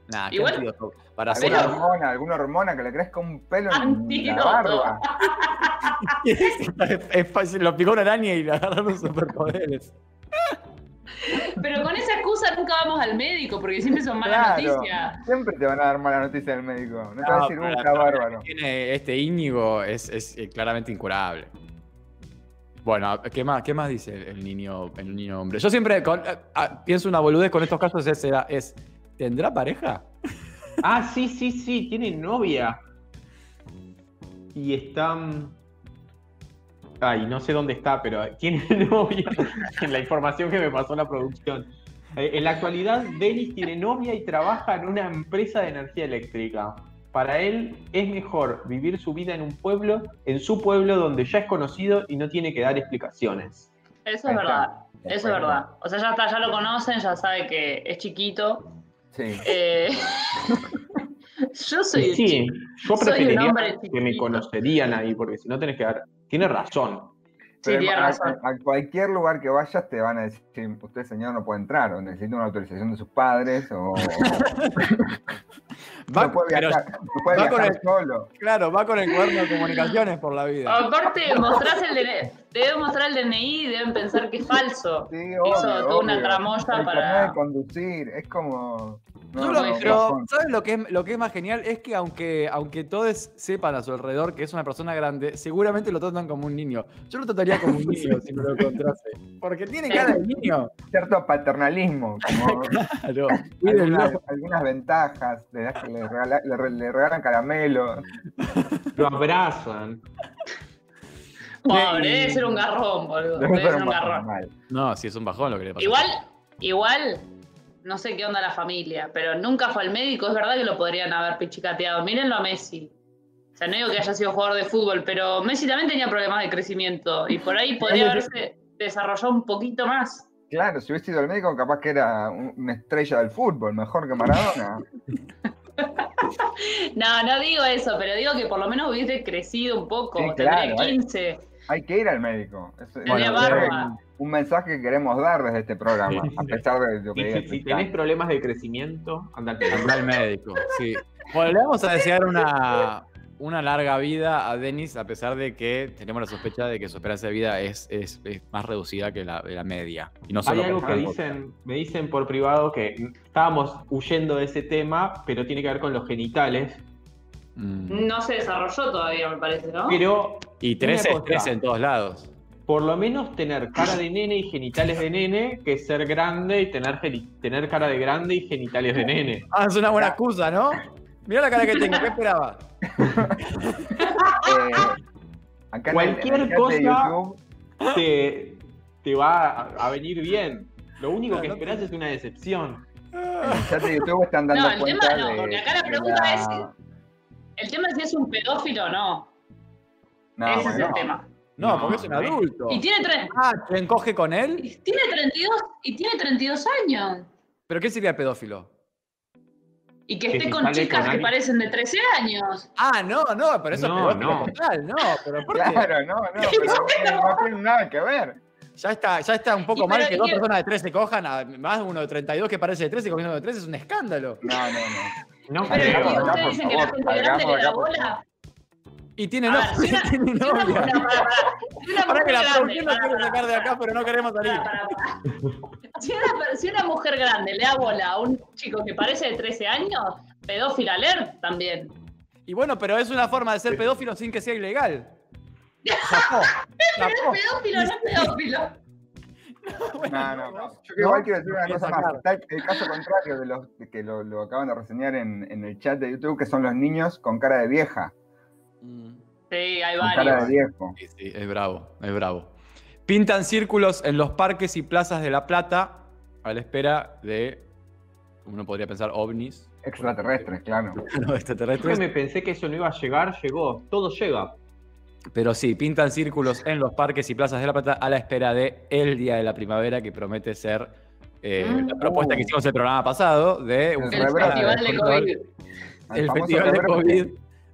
[SPEAKER 4] Nah, qué
[SPEAKER 3] Igual-
[SPEAKER 4] antídoto para hacer
[SPEAKER 2] Alguna
[SPEAKER 3] Pero-
[SPEAKER 2] hormona, alguna hormona que le crezca un pelo en la
[SPEAKER 3] Antídoto.
[SPEAKER 2] barba.
[SPEAKER 4] es fácil, lo picó una araña y le agarraron superpoderes.
[SPEAKER 3] Pero con esa excusa nunca vamos al médico porque siempre son malas
[SPEAKER 2] Claro.
[SPEAKER 3] noticias.
[SPEAKER 2] Siempre te van a dar mala noticia del médico. No te va a decir,
[SPEAKER 4] pero
[SPEAKER 2] "Uh,
[SPEAKER 4] la
[SPEAKER 2] está
[SPEAKER 4] enfermedad
[SPEAKER 2] bárbaro.
[SPEAKER 4] que Tiene este Íñigo es, es, eh, claramente incurable. Bueno, ¿qué más, qué más dice el niño, el niño hombre? Yo siempre con- eh, ah, pienso una boludez con estos casos, es, era- es ¿tendrá pareja?
[SPEAKER 5] Ah, sí, sí, sí, tiene novia. Y están. Ay, no sé dónde está, pero tiene novia. En la información que me pasó la producción. Eh, En la actualidad, Dennis tiene novia y trabaja en una empresa de energía eléctrica. Para él es mejor vivir su vida en un pueblo, en su pueblo donde ya es conocido y no tiene que dar explicaciones.
[SPEAKER 3] Eso
[SPEAKER 2] Ahí
[SPEAKER 3] es
[SPEAKER 2] está.
[SPEAKER 3] verdad.
[SPEAKER 2] De
[SPEAKER 3] Eso es
[SPEAKER 2] acuerdo.
[SPEAKER 3] verdad. O sea, ya está, ya lo conocen, ya sabe que es chiquito.
[SPEAKER 2] Sí.
[SPEAKER 3] Eh, yo soy
[SPEAKER 5] Y sí,
[SPEAKER 3] chico.
[SPEAKER 5] yo
[SPEAKER 3] soy un
[SPEAKER 5] preferiría
[SPEAKER 3] hombre
[SPEAKER 5] que me
[SPEAKER 3] chiquito.
[SPEAKER 5] conocerían ahí, porque si no tenés que dar. Tiene razón.
[SPEAKER 3] Sí,
[SPEAKER 2] Pero
[SPEAKER 3] tiene
[SPEAKER 2] a,
[SPEAKER 3] razón.
[SPEAKER 2] a- a cualquier lugar que vayas te van a decir, usted señor no puede entrar, o necesita una autorización de sus padres, o
[SPEAKER 4] Va,
[SPEAKER 2] no puede
[SPEAKER 4] pero-
[SPEAKER 2] viajar, no puede
[SPEAKER 4] va con
[SPEAKER 2] viajar solo.
[SPEAKER 4] claro, va con el cuaderno de comunicaciones por la vida.
[SPEAKER 3] Aparte, mostrás el DNI, deben mostrar el DNI y deben pensar que es falso.
[SPEAKER 2] Sí,
[SPEAKER 3] Hizo
[SPEAKER 2] obvio,
[SPEAKER 3] toda una
[SPEAKER 2] obvio.
[SPEAKER 3] tramoya
[SPEAKER 2] El
[SPEAKER 3] para-
[SPEAKER 2] carnet de conducir, es como... no,
[SPEAKER 4] Yo
[SPEAKER 3] lo-
[SPEAKER 2] no,
[SPEAKER 4] pero,
[SPEAKER 2] no,
[SPEAKER 4] ¿sabes lo que, es, lo que es más genial? Es que aunque, aunque todos sepan a su alrededor que es una persona grande, seguramente lo tratan como un niño. Yo lo trataría como un niño si me lo encontrase. Porque tiene cara de niño.
[SPEAKER 2] cierto paternalismo, como
[SPEAKER 4] Claro.
[SPEAKER 2] algunas,
[SPEAKER 4] Cuídenlo.
[SPEAKER 2] algunas ventajas, le, das que le, regala- le re- le regalan caramelo.
[SPEAKER 5] Lo abrazan.
[SPEAKER 3] Pobre,
[SPEAKER 4] Sí.
[SPEAKER 3] debe ser un garrón, boludo.
[SPEAKER 2] Debe ser
[SPEAKER 3] Debe ser un garrón.
[SPEAKER 2] normal.
[SPEAKER 4] No, si es un bajón lo que le pasa.
[SPEAKER 3] Igual, igual, no sé qué onda la familia, pero nunca fue al médico. Es verdad que lo podrían haber pichicateado. Mírenlo a Messi. O sea, no digo que haya sido jugador de fútbol, pero Messi también tenía problemas de crecimiento y por ahí podría haberse desarrollado un poquito más.
[SPEAKER 2] Claro, si hubiese ido al médico, capaz que era un- una estrella del fútbol, mejor que Maradona.
[SPEAKER 3] No, no digo eso, pero digo que por lo menos hubiese crecido un poco.
[SPEAKER 2] Sí,
[SPEAKER 3] Tendría
[SPEAKER 2] claro, eh. hay-
[SPEAKER 3] 15.
[SPEAKER 2] Hay que ir al médico. Es- es-
[SPEAKER 3] Tenía
[SPEAKER 4] Bueno,
[SPEAKER 3] barba.
[SPEAKER 2] un mensaje que queremos dar desde este programa, a pesar de lo que
[SPEAKER 5] Si,
[SPEAKER 2] diga
[SPEAKER 5] si- si
[SPEAKER 2] Tristán.
[SPEAKER 5] tenés problemas de crecimiento, anda al
[SPEAKER 4] Anda al médico, sí. Bueno, le vamos a desear una, una larga vida a Denis, a pesar de que tenemos la sospecha de que su esperanza de vida es, es- es más reducida que la, la media. Y no
[SPEAKER 5] Hay
[SPEAKER 4] solo
[SPEAKER 5] algo
[SPEAKER 4] por-
[SPEAKER 5] que dicen, me dicen por privado que estábamos huyendo de ese tema, pero tiene que ver con los genitales.
[SPEAKER 4] Mm.
[SPEAKER 3] No se desarrolló todavía, me parece,
[SPEAKER 5] Ah.
[SPEAKER 3] ¿no?
[SPEAKER 5] Pero
[SPEAKER 4] Y tres
[SPEAKER 5] Una
[SPEAKER 4] es
[SPEAKER 5] cosa.
[SPEAKER 4] tres en todos lados.
[SPEAKER 5] por lo menos tener cara de nene y genitales de nene que ser grande y tener, geni- tener cara de grande y genitales de nene.
[SPEAKER 4] Ah, es una buena excusa, ¿no? Mirá la cara que tengo, ¿qué esperaba?
[SPEAKER 2] Eh, acá en el- en el
[SPEAKER 5] Cualquier
[SPEAKER 2] chat de
[SPEAKER 5] cosa-
[SPEAKER 2] YouTube,
[SPEAKER 5] Te, te va a, a venir bien. Lo único que
[SPEAKER 4] No, no
[SPEAKER 5] esperás es una decepción.
[SPEAKER 2] en el chat de YouTube están dando
[SPEAKER 3] No, el tema
[SPEAKER 2] cuenta
[SPEAKER 3] no,
[SPEAKER 2] de-
[SPEAKER 3] porque acá la
[SPEAKER 2] de
[SPEAKER 3] pregunta
[SPEAKER 2] la-
[SPEAKER 3] es- El tema es si es un pedófilo o no.
[SPEAKER 2] No,
[SPEAKER 3] Ese es
[SPEAKER 2] bueno,
[SPEAKER 3] el tema.
[SPEAKER 4] No,
[SPEAKER 5] No,
[SPEAKER 4] porque es un
[SPEAKER 5] no es.
[SPEAKER 4] adulto.
[SPEAKER 3] Y tiene, tre-
[SPEAKER 4] Ah, ¿te encoge con él?
[SPEAKER 3] y tiene 32 y tiene 32 años.
[SPEAKER 4] ¿Pero qué sería pedófilo?
[SPEAKER 3] Y que
[SPEAKER 5] Que
[SPEAKER 3] esté
[SPEAKER 5] si
[SPEAKER 3] con
[SPEAKER 5] sale
[SPEAKER 3] chicas
[SPEAKER 5] con
[SPEAKER 3] que
[SPEAKER 5] alguien-
[SPEAKER 3] parecen de 13 años.
[SPEAKER 4] Ah, no, no, pero eso
[SPEAKER 5] No,
[SPEAKER 4] es pedófilo
[SPEAKER 5] no.
[SPEAKER 4] total, no, pero aparte,
[SPEAKER 2] Claro, no, no, pero no tiene, no tiene nada que ver.
[SPEAKER 4] ya está, ya está un poco
[SPEAKER 3] Y
[SPEAKER 4] mal
[SPEAKER 3] pero-
[SPEAKER 4] que
[SPEAKER 3] y
[SPEAKER 4] dos
[SPEAKER 3] que-
[SPEAKER 4] personas de 13 cojan, a- más uno de 32 que parece de 13 cogiendo de 13 es un escándalo.
[SPEAKER 2] No, no, no.
[SPEAKER 5] No
[SPEAKER 2] Salgamos
[SPEAKER 3] Pero ¿y
[SPEAKER 2] de acá,
[SPEAKER 5] creo.
[SPEAKER 3] ustedes
[SPEAKER 2] por
[SPEAKER 3] dicen que la
[SPEAKER 2] favor,
[SPEAKER 3] gente grande
[SPEAKER 2] salgamos
[SPEAKER 3] le
[SPEAKER 2] de
[SPEAKER 3] da
[SPEAKER 2] acá, por
[SPEAKER 3] bola.
[SPEAKER 4] Y tiene
[SPEAKER 3] A
[SPEAKER 4] no,
[SPEAKER 3] ver, si una-
[SPEAKER 4] tiene
[SPEAKER 3] si una
[SPEAKER 4] novia.
[SPEAKER 3] mujer- pará, pará. Si
[SPEAKER 4] Para que
[SPEAKER 3] una mujer
[SPEAKER 4] la
[SPEAKER 3] grande-
[SPEAKER 4] producción nos
[SPEAKER 3] pará,
[SPEAKER 4] quiere sacar de acá, pero no queremos salir.
[SPEAKER 3] pará, pará, pará. Si una per- si una mujer grande le da bola a un chico que parece de 13 años, pedófilo alert también.
[SPEAKER 4] Y bueno, pero es una forma de ser pedófilo sin que sea ilegal. Chapó, chapó.
[SPEAKER 3] Pedófilo, no pedófilo.
[SPEAKER 2] No, no, no. Yo igual quiero decir una cosa más. Está el, el caso contrario de los de que lo, lo acaban de reseñar en, en el chat de YouTube, que son los niños con cara de vieja.
[SPEAKER 4] Mm.
[SPEAKER 3] Sí, hay
[SPEAKER 2] Con cara de
[SPEAKER 3] varios.
[SPEAKER 2] viejo.
[SPEAKER 4] Sí, sí, es bravo, es bravo. Pintan círculos en los parques y plazas de La Plata a la espera de, uno podría pensar, ovnis.
[SPEAKER 2] Extraterrestres, claro.
[SPEAKER 4] No,
[SPEAKER 5] Yo que
[SPEAKER 4] extraterrestres.
[SPEAKER 5] me pensé que eso no iba a llegar, llegó. Todo llega.
[SPEAKER 4] Pero sí, pintan círculos en los parques y plazas de La Plata a la espera de el Día de la Primavera, que promete ser eh,
[SPEAKER 3] Mm.
[SPEAKER 4] la propuesta que hicimos el programa pasado de
[SPEAKER 2] El
[SPEAKER 3] El
[SPEAKER 2] Rebrote,
[SPEAKER 3] festival de COVID.
[SPEAKER 2] Al
[SPEAKER 4] el
[SPEAKER 2] famoso
[SPEAKER 4] festival de
[SPEAKER 2] rebrote.
[SPEAKER 4] COVID,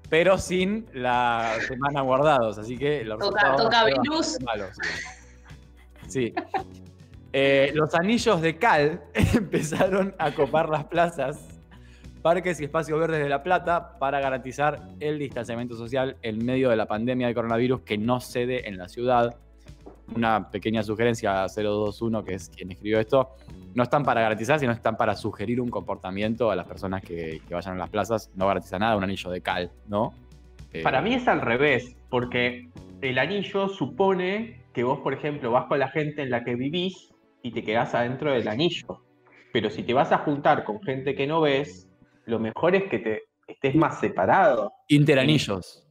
[SPEAKER 4] pero sin la semana guardados, así que los
[SPEAKER 3] Toca-
[SPEAKER 4] resultados
[SPEAKER 3] toca
[SPEAKER 4] fueron
[SPEAKER 3] virus.
[SPEAKER 4] bastante malos. Sí. Eh, los anillos de cal empezaron a copar las plazas, parques y espacios verdes de La Plata para garantizar el distanciamiento social en medio de la pandemia de coronavirus que no cede en la ciudad. Una pequeña sugerencia a 021, que es quien escribió esto, no están para garantizar, sino están para sugerir un comportamiento a las personas que, que vayan a las plazas. No garantiza nada un anillo de cal, ¿no? Eh,
[SPEAKER 5] Para mí es al revés, porque el anillo supone que vos, por ejemplo, vas con la gente en la que vivís y te quedás adentro del anillo. Pero si te vas a juntar con gente que no ves, lo mejor es que te estés más separado,
[SPEAKER 4] Interanillos.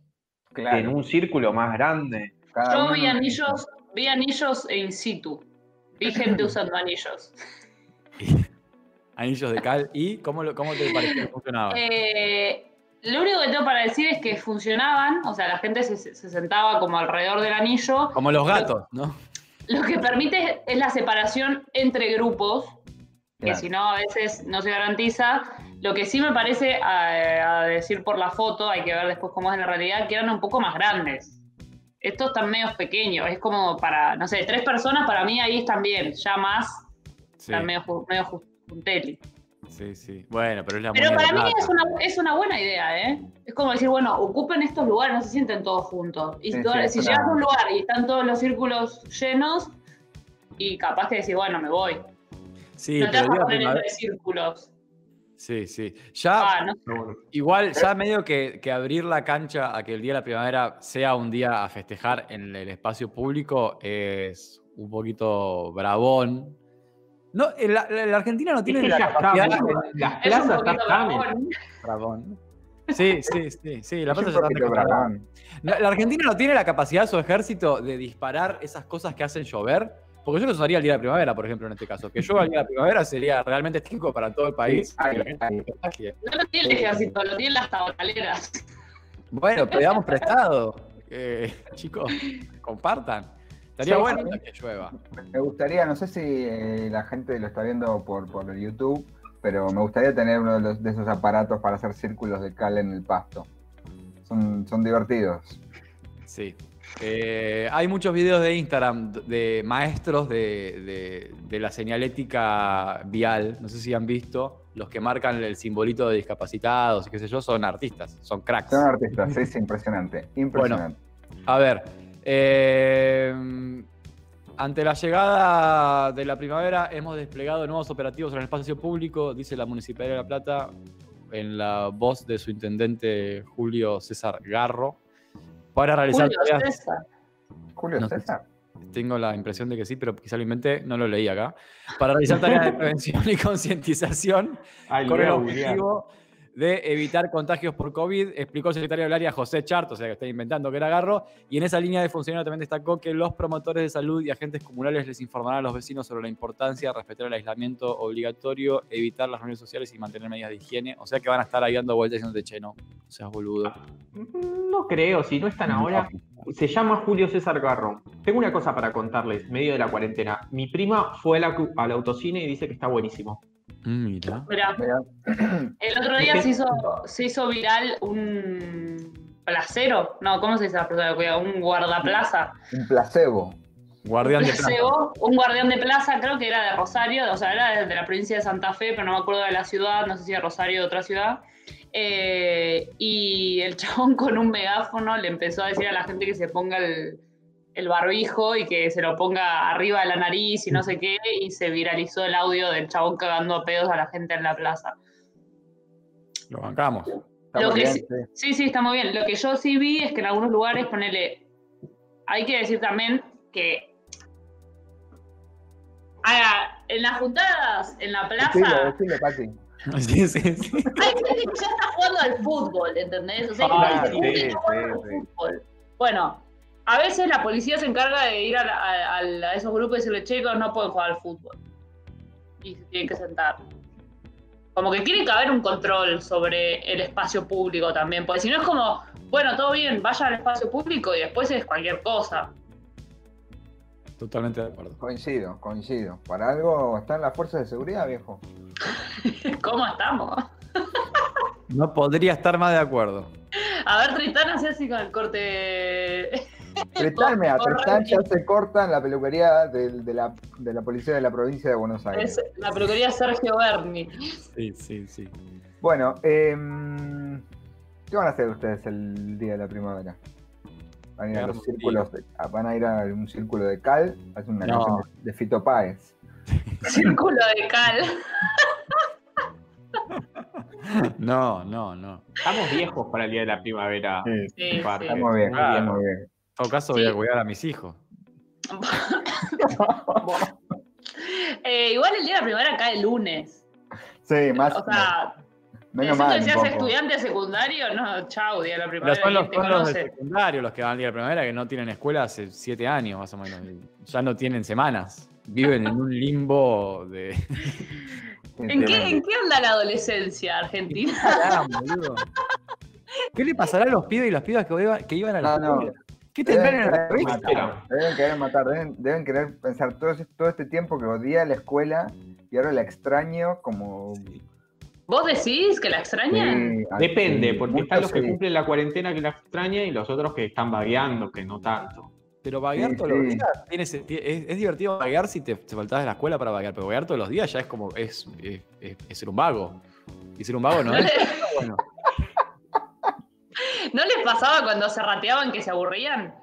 [SPEAKER 5] en
[SPEAKER 2] Claro.
[SPEAKER 5] un círculo más grande.
[SPEAKER 2] cada
[SPEAKER 3] Yo
[SPEAKER 2] uno
[SPEAKER 3] vi
[SPEAKER 2] en
[SPEAKER 5] Ah.
[SPEAKER 2] un-
[SPEAKER 3] anillos, vi anillos in situ. Vi gente usando anillos.
[SPEAKER 4] Anillos de cal. ¿Y cómo, lo- cómo te pareció que funcionaba?
[SPEAKER 3] Eh, lo único que tengo para decir es que funcionaban, o sea, la gente se, se sentaba como alrededor del anillo.
[SPEAKER 4] Como los gatos, ¿no?
[SPEAKER 3] Lo que permite es la separación entre grupos, que
[SPEAKER 2] Claro.
[SPEAKER 3] si no a veces no se garantiza. Lo que sí me parece, a, a decir por la foto, hay que ver después cómo es la realidad, que eran un poco más grandes. Estos están medios pequeños, es como para, no sé, tres personas para mí ahí están bien, ya más
[SPEAKER 4] Sí,
[SPEAKER 3] están medio, ju- medio ju- junteli.
[SPEAKER 4] sí, sí. Bueno, pero es la
[SPEAKER 3] Pero
[SPEAKER 4] moneda
[SPEAKER 3] para
[SPEAKER 4] de
[SPEAKER 3] mí
[SPEAKER 4] plata.
[SPEAKER 3] es una, es una buena idea, ¿eh? Es como decir, bueno, ocupen estos lugares, no se sienten todos juntos. Y
[SPEAKER 2] Sí,
[SPEAKER 3] todo-
[SPEAKER 2] sí, es
[SPEAKER 3] si
[SPEAKER 2] una-
[SPEAKER 3] llegas a un lugar y están todos los círculos llenos, y capaz que decís, bueno, me voy.
[SPEAKER 4] Sí,
[SPEAKER 3] no
[SPEAKER 4] pero
[SPEAKER 3] te vas a
[SPEAKER 4] digo,
[SPEAKER 3] poner
[SPEAKER 4] primavera-
[SPEAKER 3] entre círculos.
[SPEAKER 4] Sí, sí. Ya,
[SPEAKER 3] Ah, no.
[SPEAKER 4] igual, ya medio que, que abrir la cancha a que el día de la primavera sea un día a festejar en el espacio público es un poquito bravón. No, en la, la- la Argentina no
[SPEAKER 5] Es
[SPEAKER 4] tiene
[SPEAKER 5] que
[SPEAKER 4] la
[SPEAKER 5] ya está,
[SPEAKER 4] capacidad.
[SPEAKER 5] boludo. las
[SPEAKER 3] Es un
[SPEAKER 5] plazas ya
[SPEAKER 3] poquito
[SPEAKER 5] están.
[SPEAKER 3] bajón.
[SPEAKER 4] Bravón. Sí, sí, sí, sí, la
[SPEAKER 2] Es un
[SPEAKER 4] plaza ya está
[SPEAKER 2] poquito
[SPEAKER 4] descontrolada.
[SPEAKER 2] bravón.
[SPEAKER 4] La, la Argentina no tiene la capacidad, su ejército, de disparar esas cosas que hacen llover. Porque yo los usaría el día de la primavera, por ejemplo, en este caso. Que yo al día de la primavera sería realmente estético para todo el país.
[SPEAKER 2] Ay,
[SPEAKER 4] Que la gente
[SPEAKER 2] ay.
[SPEAKER 4] se contagie.
[SPEAKER 3] No lo tiene el ejército, lo tienen las tabacaleras.
[SPEAKER 4] Bueno, pedamos prestado. Eh, chicos, compartan. Estaría
[SPEAKER 2] Sí,
[SPEAKER 4] bueno
[SPEAKER 2] sí.
[SPEAKER 4] que llueva.
[SPEAKER 2] Me gustaría, no sé si eh, la gente lo está viendo por, por YouTube, pero me gustaría tener uno de, los- de esos aparatos para hacer círculos de cal en el pasto. Son, son divertidos.
[SPEAKER 4] Sí. Eh, hay muchos videos de Instagram de maestros de, de- de la señalética vial. No sé si han visto. Los que marcan el simbolito de discapacitados y qué sé yo, son artistas, son cracks.
[SPEAKER 2] Son artistas, sí, es impresionante. Impresionante.
[SPEAKER 4] A ver, eh, ante la llegada de la primavera hemos desplegado nuevos operativos en el espacio público, dice la Municipalidad de La Plata, en la voz de su intendente Julio César Garro, para realizar
[SPEAKER 3] Julio
[SPEAKER 4] tareas-
[SPEAKER 3] César.
[SPEAKER 2] Julio
[SPEAKER 4] No sé.
[SPEAKER 2] César.
[SPEAKER 4] tengo la impresión de que sí, pero quizá lo inventé, no lo leí acá, para realizar tareas de prevención y concientización
[SPEAKER 5] Ay, lo
[SPEAKER 4] con
[SPEAKER 5] voy
[SPEAKER 4] el
[SPEAKER 5] a googlear.
[SPEAKER 4] objetivo de evitar contagios por COVID, explicó el secretario del área José Chart, o sea que está inventando que era Garro, y en esa línea de funcionario también destacó que los promotores de salud y agentes comunales les informarán a los vecinos sobre la importancia de respetar el aislamiento obligatorio, evitar las reuniones sociales y mantener medidas de higiene, o sea que van a estar ahí dando vueltas diciéndote, che, no, no seas boludo.
[SPEAKER 5] No creo, si no están ahora. Se llama Julio César Garro. Tengo una cosa para contarles, medio de la cuarentena. Mi prima fue a la cu- al autocine y dice que está buenísimo.
[SPEAKER 4] Mm, Mira.
[SPEAKER 3] Mirá,
[SPEAKER 2] Mirá,
[SPEAKER 3] el otro día se hizo, se hizo viral un placero. No, ¿cómo se dice la persona que cuida? Un guardaplaza.
[SPEAKER 2] un placebo.
[SPEAKER 4] Guardián de plata.
[SPEAKER 3] Placebo, un guardián de plaza, creo que era de Rosario, o sea, era de la provincia de Santa Fe, pero no me acuerdo de la ciudad, no sé si de Rosario o de otra ciudad. Eh, y el chabón con un megáfono le empezó a decir a la gente que se ponga el, el barbijo y que se lo ponga arriba de la nariz y no sé qué, y se viralizó el audio del chabón cagando a pedos a la gente en la plaza.
[SPEAKER 4] Lo bancamos.
[SPEAKER 2] Está
[SPEAKER 3] Lo
[SPEAKER 2] muy
[SPEAKER 3] que
[SPEAKER 2] bien,
[SPEAKER 3] sí-
[SPEAKER 2] sí.
[SPEAKER 3] Sí, sí, está muy bien. Lo que yo sí vi es que en algunos lugares, ponele. Hay que decir también que. Ah, en las juntadas, en la
[SPEAKER 2] Decilo,
[SPEAKER 3] plaza,
[SPEAKER 2] decilo, Pati.
[SPEAKER 4] Sí, sí, sí.
[SPEAKER 3] hay gente que ya está jugando al fútbol, ¿entendés? O sea, hay
[SPEAKER 5] Ah,
[SPEAKER 3] gente que
[SPEAKER 5] sí,
[SPEAKER 3] está jugando
[SPEAKER 2] sí,
[SPEAKER 3] al fútbol. Bueno, a veces la policía se encarga de ir a, la- a- a la- a esos grupos y decirle, chicos, no pueden jugar al fútbol. Y se tienen que sentar. Como que tiene que haber un control sobre el espacio público también, porque si no es como, bueno, todo bien, vaya al espacio público y después es cualquier cosa.
[SPEAKER 4] Totalmente de acuerdo.
[SPEAKER 2] Coincido, coincido. Para algo están las fuerzas de seguridad, viejo.
[SPEAKER 3] ¿Cómo estamos?
[SPEAKER 4] No podría estar más de acuerdo.
[SPEAKER 3] A ver, Tristán, hace así con el corte.
[SPEAKER 2] Tritán, mira,
[SPEAKER 3] Corre,
[SPEAKER 2] Tritán ya se corta en la peluquería del- de, la, de la policía de la provincia de Buenos Aires.
[SPEAKER 3] Es la peluquería Sergio Berni.
[SPEAKER 4] Sí, sí, sí.
[SPEAKER 2] Bueno, em, ¿qué van a hacer ustedes el día de la primavera? Van a ir a los
[SPEAKER 4] Hermoso.
[SPEAKER 2] círculos, de- a- van a ir a un círculo de cal, hacen una
[SPEAKER 4] No.
[SPEAKER 2] canción de- de Fito Páez.
[SPEAKER 3] Círculo de cal.
[SPEAKER 4] No, no, no.
[SPEAKER 5] Estamos viejos para el día de la primavera.
[SPEAKER 3] Sí,
[SPEAKER 5] Parte.
[SPEAKER 3] sí.
[SPEAKER 2] Está muy bien,
[SPEAKER 5] Claro.
[SPEAKER 2] está muy bien.
[SPEAKER 4] todo caso voy a
[SPEAKER 3] Sí.
[SPEAKER 4] cuidar a mis hijos.
[SPEAKER 3] Eh, igual el día de la primera cae el lunes.
[SPEAKER 2] Sí, más.
[SPEAKER 3] O sea,
[SPEAKER 2] menos
[SPEAKER 3] siento
[SPEAKER 2] mal.
[SPEAKER 3] que
[SPEAKER 2] un
[SPEAKER 3] seas
[SPEAKER 2] poco.
[SPEAKER 3] estudiante secundario, no, chau, día de la
[SPEAKER 4] Pero
[SPEAKER 3] primavera.
[SPEAKER 4] son los,
[SPEAKER 3] ¿quién te
[SPEAKER 4] son los del
[SPEAKER 3] conoce?
[SPEAKER 4] secundario los que van al día de la primavera, que no tienen escuela hace siete años más o menos. Ya no tienen semanas. Viven en un limbo de.
[SPEAKER 3] ¿En qué,
[SPEAKER 2] Sinceramente.
[SPEAKER 3] ¿En qué anda la adolescencia argentina?
[SPEAKER 4] Pará, boludo. ¿Qué le pasará a los pibes y las pibas que iban, que iban a la
[SPEAKER 2] No, no.
[SPEAKER 4] escuela? ¿Qué tendrán en
[SPEAKER 2] Deben,
[SPEAKER 4] la
[SPEAKER 2] deben
[SPEAKER 4] cabeza?
[SPEAKER 2] matar, deben querer matar, deben, deben querer pensar todo, ese- todo este tiempo que odié a la escuela y ahora la extraño como...
[SPEAKER 3] ¿Vos decís que la extrañan?
[SPEAKER 2] Sí, así,
[SPEAKER 5] Depende, porque
[SPEAKER 2] mucho
[SPEAKER 5] están los que
[SPEAKER 2] sí.
[SPEAKER 5] cumplen la cuarentena que la extrañan y los otros que están vagueando, que no tanto.
[SPEAKER 4] Pero vaguear
[SPEAKER 2] Sí,
[SPEAKER 4] todos los
[SPEAKER 2] sí.
[SPEAKER 4] días tiene ese- ti- es, es divertido vaguear si te, te faltás de la escuela para vaguear, pero vaguear todos los días ya es como. es, es- es- es ser un vago. Y ser un vago no
[SPEAKER 3] ¿No,
[SPEAKER 4] es.
[SPEAKER 3] le-
[SPEAKER 4] bueno.
[SPEAKER 3] ¿No les pasaba cuando se rateaban que se aburrían?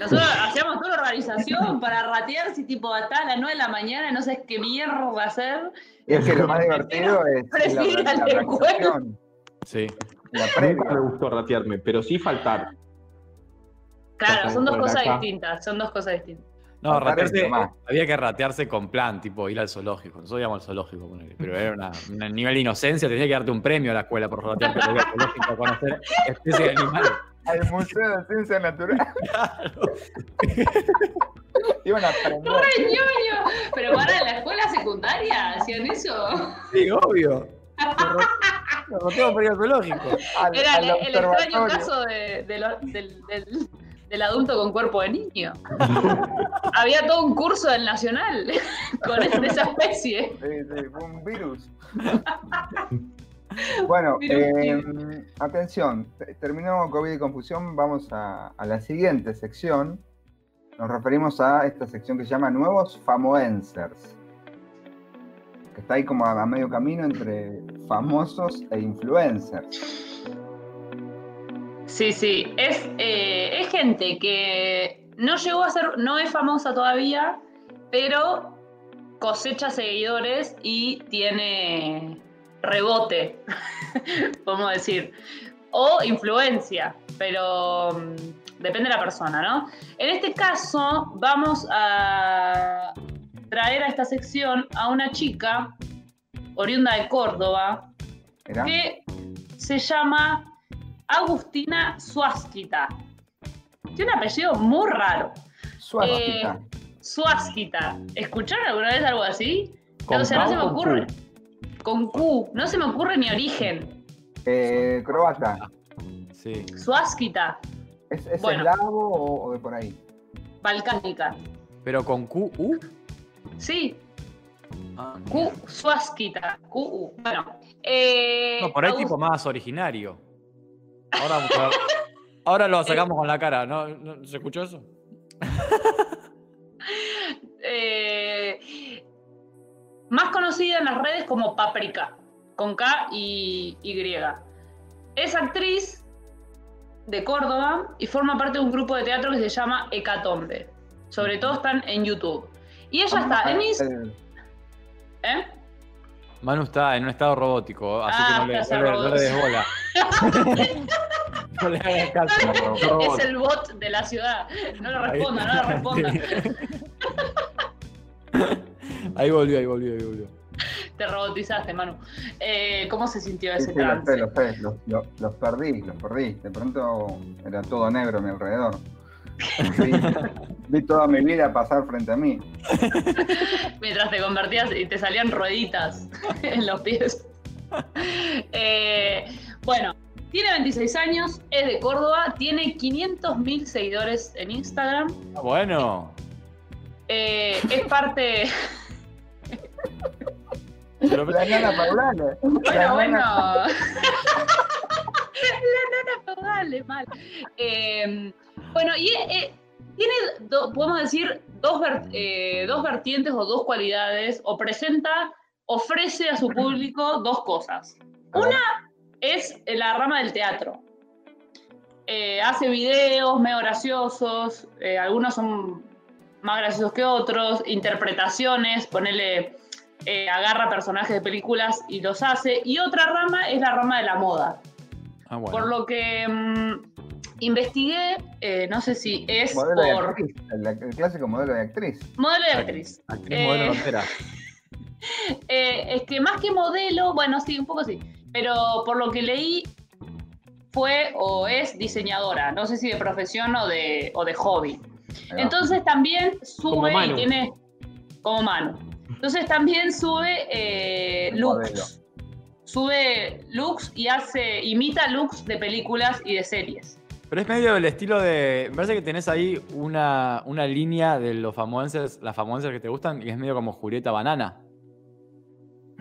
[SPEAKER 3] Nosotros hacíamos toda una organización para ratear si tipo hasta las 9 de la mañana no sabes qué mierda hacer.
[SPEAKER 2] Y es que lo más divertido es
[SPEAKER 3] prefiero ir a la
[SPEAKER 2] organización,
[SPEAKER 4] Sí.
[SPEAKER 2] la
[SPEAKER 5] Nunca me
[SPEAKER 2] previa.
[SPEAKER 5] gustó ratearme, pero sí faltar.
[SPEAKER 3] Claro,
[SPEAKER 5] Totalmente,
[SPEAKER 3] son dos
[SPEAKER 5] bueno,
[SPEAKER 3] cosas
[SPEAKER 5] acá.
[SPEAKER 3] distintas, son dos cosas distintas.
[SPEAKER 4] No,
[SPEAKER 2] Matar el
[SPEAKER 4] ratearse,
[SPEAKER 2] tomate.
[SPEAKER 4] había que ratearse con plan, tipo ir al zoológico. Nosotros íbamos al zoológico, ponele, pero era una- una- un nivel de inocencia, tenía que darte un premio a la escuela por ratearte por ir al zoológico a conocer especies de animales.
[SPEAKER 2] Al Museo de Ciencias Naturales. Iban a aprender.
[SPEAKER 3] ¡Re ñoño! Pero para en la escuela secundaria hacían eso.
[SPEAKER 4] Sí, obvio. Lo rateamos por ir al zoológico.
[SPEAKER 2] al-
[SPEAKER 3] Era
[SPEAKER 2] al
[SPEAKER 3] el, el extraño
[SPEAKER 2] observatorio.
[SPEAKER 3] caso de- de lo- del, del- del adulto con cuerpo de niño. Había todo un curso del Nacional con esa especie.
[SPEAKER 2] Sí, sí, fue un virus. bueno,
[SPEAKER 3] Virus,
[SPEAKER 2] eh, atención, te- terminó COVID y confusión, vamos a, a la siguiente sección. Nos referimos a esta sección que se llama Nuevos Famoencers, que está ahí como a, a medio camino entre famosos e influencers.
[SPEAKER 3] Sí, sí. Es, eh, es gente que no llegó a ser, no es famosa todavía, pero cosecha seguidores y tiene rebote, podemos decir. O influencia, pero mm, depende de la persona, ¿no? En este caso, vamos a traer a esta sección a una chica oriunda de Córdoba,
[SPEAKER 2] ¿Era?
[SPEAKER 3] que se llama Agustina Suásquita. Tiene un apellido muy raro.
[SPEAKER 2] Suástica.
[SPEAKER 3] eh, Suásquita. ¿Escucharon alguna vez algo así?
[SPEAKER 5] Con
[SPEAKER 3] o sea, no
[SPEAKER 5] K
[SPEAKER 3] se me
[SPEAKER 5] o con
[SPEAKER 3] ocurre. Con Q. No se me ocurre ni origen.
[SPEAKER 2] Eh, croata.
[SPEAKER 4] Sí.
[SPEAKER 3] Suásquita.
[SPEAKER 2] ¿Es, es
[SPEAKER 3] Bueno.
[SPEAKER 2] eslavo o, o de por ahí?
[SPEAKER 3] Balcánica.
[SPEAKER 4] Pero con QU.
[SPEAKER 3] Sí,
[SPEAKER 4] Ah,
[SPEAKER 3] Q, Suásquita. Q, U. Bueno. eh,
[SPEAKER 4] No, por ahí
[SPEAKER 3] Agus-
[SPEAKER 4] tipo más originario. Ahora, vamos a- ahora lo sacamos con la cara, ¿no? ¿No- ¿Se escuchó eso?
[SPEAKER 3] eh, más conocida en las redes como Paprika, con K y Y. Es actriz de Córdoba y forma parte de un grupo de teatro que se llama Hecatombe. Sobre todo están en YouTube. Y ella
[SPEAKER 2] Ah,
[SPEAKER 3] está ¿eh? en Instagram.
[SPEAKER 2] El-
[SPEAKER 4] Manu está en un estado robótico, así
[SPEAKER 3] Ah,
[SPEAKER 4] que no le,
[SPEAKER 3] está
[SPEAKER 4] no le- no le des bola.
[SPEAKER 3] robot.
[SPEAKER 4] no le hagas
[SPEAKER 2] el
[SPEAKER 4] caso.
[SPEAKER 2] robot.
[SPEAKER 3] Es el bot de la ciudad. No le responda, no le responda.
[SPEAKER 4] Ahí volvió, ahí volvió, ahí volvió.
[SPEAKER 3] Te robotizaste, Manu. Eh, ¿Cómo se sintió
[SPEAKER 2] Sí,
[SPEAKER 3] ese
[SPEAKER 2] sí, los sé,
[SPEAKER 3] trance?
[SPEAKER 2] los sé, los, los- los perdí, los perdí. De pronto era todo negro a mi alrededor. Vi, vi toda mi vida pasar frente a mí.
[SPEAKER 3] mientras te convertías y te salían rueditas en los pies. Eh, bueno, tiene 26 años, es de Córdoba, tiene 500.000 seguidores en Instagram,
[SPEAKER 4] Ah, Bueno,
[SPEAKER 3] eh, es parte...
[SPEAKER 4] pero-
[SPEAKER 2] La nana Paulana.
[SPEAKER 3] Bueno,
[SPEAKER 2] la
[SPEAKER 3] bueno.
[SPEAKER 2] nana-
[SPEAKER 3] La nana feudal, mal. Eh, bueno, y eh, tiene, do- podemos decir, dos, ver- eh, dos vertientes o dos cualidades, o presenta, ofrece a su público dos cosas. Una es la rama del teatro. Eh, hace videos medio graciosos, eh, algunos son más graciosos que otros, interpretaciones, ponerle eh, agarra personajes de películas y los hace. Y otra rama es la rama de la moda.
[SPEAKER 4] Ah, bueno.
[SPEAKER 3] Por lo que mm, Investigué, eh, no sé si es
[SPEAKER 2] Modelo de
[SPEAKER 3] por
[SPEAKER 2] actriz, el, el clásico modelo de actriz.
[SPEAKER 3] modelo de actriz.
[SPEAKER 4] Actriz
[SPEAKER 3] Eh.
[SPEAKER 4] modelo bandera.
[SPEAKER 3] Eh, es que más que modelo, bueno, sí, un poco sí, pero por lo que leí fue o es diseñadora, no sé si de profesión o de, o de hobby.
[SPEAKER 2] Ahí va.
[SPEAKER 3] Entonces también
[SPEAKER 5] Como
[SPEAKER 3] sube y
[SPEAKER 5] Manu.
[SPEAKER 3] tiene como mano. Entonces también sube eh,
[SPEAKER 2] El modelo.
[SPEAKER 3] looks. Sube looks y hace imita looks de películas y de series.
[SPEAKER 4] Pero es medio el estilo de. Me parece que tenés ahí una, una línea de los famosos, las famosas que te gustan, y es medio como Julieta Banana.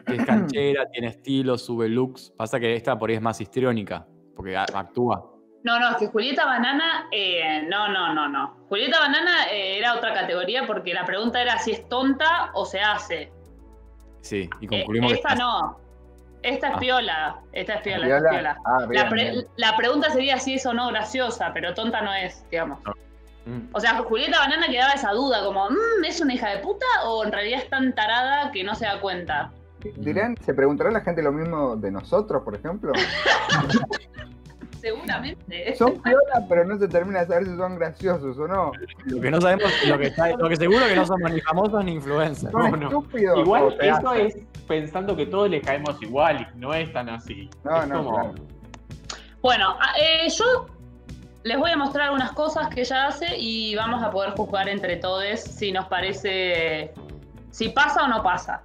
[SPEAKER 4] Que es canchera, tiene estilo, sube looks. Pasa que esta por ahí es más histriónica, porque a- actúa.
[SPEAKER 3] No, no, es que Julieta Banana, eh, no, no, no, no. Julieta Banana eh, era otra categoría porque la pregunta era si es tonta o se hace.
[SPEAKER 4] Sí, y
[SPEAKER 3] Eh,
[SPEAKER 4] concluimos. que
[SPEAKER 3] esta
[SPEAKER 4] estás-
[SPEAKER 3] no. Esta es
[SPEAKER 4] Ah.
[SPEAKER 3] piola. Esta es piola,
[SPEAKER 2] Viola.
[SPEAKER 3] esta es piola.
[SPEAKER 2] Ah, bien,
[SPEAKER 3] La, pre-
[SPEAKER 2] bien.
[SPEAKER 3] la pregunta sería si es o no graciosa, pero tonta no es, digamos.
[SPEAKER 4] Mm.
[SPEAKER 3] O sea, Julieta Banana quedaba esa duda, como, "Mm, ¿es una hija de puta o en realidad es tan tarada que no se da cuenta?
[SPEAKER 2] Dirán, ¿se preguntará la gente lo mismo de nosotros, por ejemplo?
[SPEAKER 3] Seguramente.
[SPEAKER 2] Son piolas, pero no se termina de saber si son graciosos o no.
[SPEAKER 4] Lo que no sabemos, lo que, está- lo que seguro que no somos ni famosos ni influencers.
[SPEAKER 2] Son
[SPEAKER 5] No, no.
[SPEAKER 2] estúpidos.
[SPEAKER 5] Igual
[SPEAKER 2] o sea,
[SPEAKER 5] eso es pensando que todos les caemos igual y no es tan así.
[SPEAKER 2] No,
[SPEAKER 5] Es
[SPEAKER 2] no,
[SPEAKER 5] como-
[SPEAKER 2] claro.
[SPEAKER 3] Bueno, a- eh, yo les voy a mostrar algunas cosas que ella hace y vamos a poder juzgar entre todos si nos parece, si pasa o no pasa.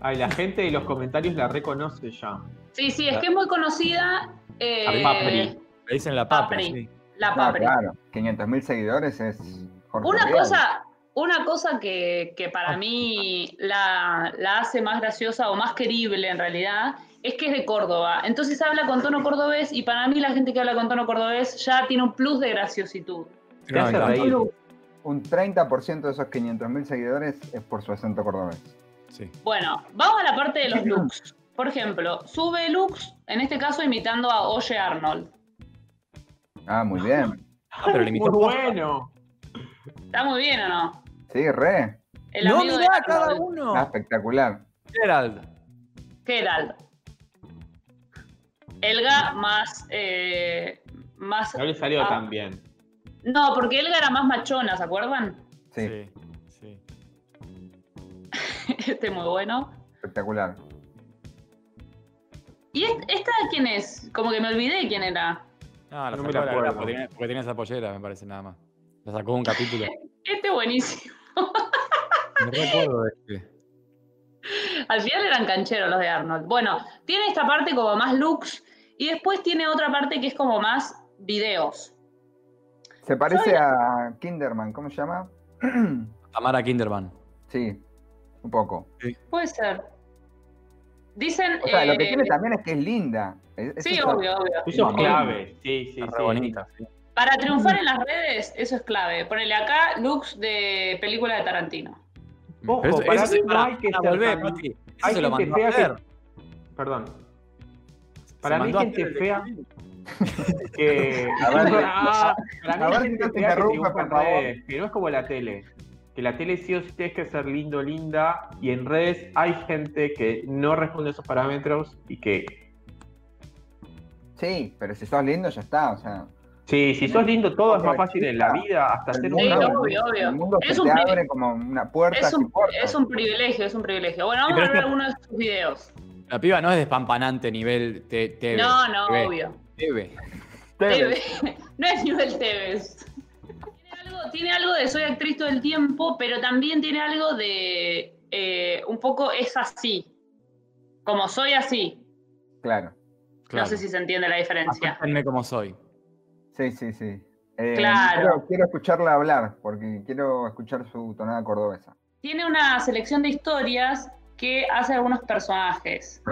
[SPEAKER 5] Ay, la gente de los comentarios la reconoce ya.
[SPEAKER 3] Sí, sí, es que es muy conocida. eh,
[SPEAKER 5] La Papri.
[SPEAKER 4] Le dicen la papa.
[SPEAKER 3] Papri.
[SPEAKER 4] sí.
[SPEAKER 3] La
[SPEAKER 2] Ah,
[SPEAKER 3] Papri.
[SPEAKER 2] claro, 500 mil seguidores es Jorge
[SPEAKER 3] Una
[SPEAKER 2] Rial.
[SPEAKER 3] cosa, una cosa que, que para mí la, la hace más graciosa o más querible en realidad es que es de Córdoba. Entonces habla con tono cordobés y para mí la gente que habla con tono cordobés ya tiene un plus de graciositud.
[SPEAKER 5] Te
[SPEAKER 4] No,
[SPEAKER 5] hace
[SPEAKER 4] no,
[SPEAKER 5] reír.
[SPEAKER 2] Un 30% de esos 500 mil seguidores es por su acento cordobés.
[SPEAKER 4] sí.
[SPEAKER 3] Bueno, vamos a la parte de los looks. Por ejemplo, sube looks, en este caso imitando a Oye Arnold.
[SPEAKER 2] Ah, muy bien.
[SPEAKER 4] Ah, pero le
[SPEAKER 5] Muy
[SPEAKER 4] imitó-
[SPEAKER 5] bueno.
[SPEAKER 3] ¿Está muy bien o no?
[SPEAKER 2] Sí, re.
[SPEAKER 3] El
[SPEAKER 4] No,
[SPEAKER 3] amigo de
[SPEAKER 4] mirá, cada
[SPEAKER 3] Arnold,
[SPEAKER 4] uno.
[SPEAKER 2] Está espectacular.
[SPEAKER 4] Gerald.
[SPEAKER 3] Gerald. Elga más... eh, más
[SPEAKER 5] No le salió
[SPEAKER 3] Ah.
[SPEAKER 5] tan bien.
[SPEAKER 3] No, porque Elga era más machona, ¿se acuerdan?
[SPEAKER 2] Sí,
[SPEAKER 4] sí, sí.
[SPEAKER 3] Este muy bueno.
[SPEAKER 2] espectacular.
[SPEAKER 3] ¿Y es- esta quién es? Como que me olvidé quién era.
[SPEAKER 4] No, la
[SPEAKER 5] No
[SPEAKER 4] sacó
[SPEAKER 5] me
[SPEAKER 4] la
[SPEAKER 5] la
[SPEAKER 4] verdad,
[SPEAKER 5] acuerdo.
[SPEAKER 4] porque tiene, porque tiene esa pollera, me parece, nada más. La sacó un capítulo.
[SPEAKER 3] Este buenísimo.
[SPEAKER 4] No recuerdo de este.
[SPEAKER 3] Al final eran cancheros los de Arnold. Bueno, tiene esta parte como más looks y después tiene otra parte que es como más videos.
[SPEAKER 2] Se parece a Kinderman, ¿cómo se llama?
[SPEAKER 4] Tamara Kinderman.
[SPEAKER 2] Sí, un poco.
[SPEAKER 3] Puede ser. Dicen.
[SPEAKER 2] O sea, lo que
[SPEAKER 3] eh,
[SPEAKER 2] tiene también es que es linda. Es-
[SPEAKER 3] Sí,
[SPEAKER 2] eso está-
[SPEAKER 3] obvio, obvio.
[SPEAKER 5] Eso es
[SPEAKER 2] Sí.
[SPEAKER 5] clave. Sí, sí,
[SPEAKER 4] Está re
[SPEAKER 5] sí.
[SPEAKER 4] bonita. sí.
[SPEAKER 3] Para triunfar en las redes, eso es clave. Ponele acá looks de película de Tarantino.
[SPEAKER 5] Ojo,
[SPEAKER 4] Pero
[SPEAKER 5] para mí
[SPEAKER 4] se-
[SPEAKER 5] no
[SPEAKER 4] para-
[SPEAKER 5] hay que
[SPEAKER 4] para
[SPEAKER 5] ser
[SPEAKER 4] volver,
[SPEAKER 5] tan-
[SPEAKER 4] Patri. Ah, Eso
[SPEAKER 5] hay
[SPEAKER 4] se lo
[SPEAKER 5] gente
[SPEAKER 4] mandó a
[SPEAKER 5] fea que-
[SPEAKER 4] hacer.
[SPEAKER 5] Perdón.
[SPEAKER 4] Se
[SPEAKER 5] para mí
[SPEAKER 4] mandó a
[SPEAKER 5] gente
[SPEAKER 4] hacer el
[SPEAKER 5] fea-
[SPEAKER 4] examen.
[SPEAKER 5] Que...
[SPEAKER 2] A ver,
[SPEAKER 5] Ah, para mí
[SPEAKER 2] a
[SPEAKER 5] hay
[SPEAKER 2] ver
[SPEAKER 5] gente
[SPEAKER 2] si no te
[SPEAKER 5] fea que
[SPEAKER 2] interrumpa,
[SPEAKER 5] triunfa en
[SPEAKER 2] por favor.
[SPEAKER 5] redes, Que no es como la tele. Que la tele sí o sí tienes que ser lindo, linda. Y en redes hay gente que no responde a esos parámetros y que
[SPEAKER 2] Sí, pero si sos lindo ya está, o sea.
[SPEAKER 5] Sí, si sos lindo, todo es más fácil en la vida, hasta
[SPEAKER 2] El
[SPEAKER 5] ser
[SPEAKER 2] mundo,
[SPEAKER 3] Sí,
[SPEAKER 5] un
[SPEAKER 3] no, obvio, obvio.
[SPEAKER 2] el mundo se
[SPEAKER 3] Es un
[SPEAKER 2] te
[SPEAKER 3] privi-
[SPEAKER 2] abre como una puerta.
[SPEAKER 3] Es un,
[SPEAKER 2] sin puerta.
[SPEAKER 3] es un privilegio, es un privilegio. Bueno,
[SPEAKER 4] Sí,
[SPEAKER 3] vamos
[SPEAKER 4] pero
[SPEAKER 3] a ver
[SPEAKER 4] esto-
[SPEAKER 3] algunos de sus videos.
[SPEAKER 4] La piba no es despampanante nivel te- TV.
[SPEAKER 3] No, no,
[SPEAKER 4] TV.
[SPEAKER 3] obvio.
[SPEAKER 4] TV.
[SPEAKER 3] Tevez. No es nivel Tevez. Tiene algo, tiene algo de soy actriz todo el tiempo, pero también tiene algo de eh, un poco es así. Como soy así.
[SPEAKER 2] Claro.
[SPEAKER 4] Claro.
[SPEAKER 3] No sé si se entiende la diferencia.
[SPEAKER 4] Acéptenme como soy.
[SPEAKER 2] Sí, sí, sí. Eh,
[SPEAKER 3] Claro.
[SPEAKER 2] quiero, quiero escucharla hablar, porque quiero escuchar su tonada cordobesa.
[SPEAKER 3] Tiene una selección de historias que hace algunos personajes.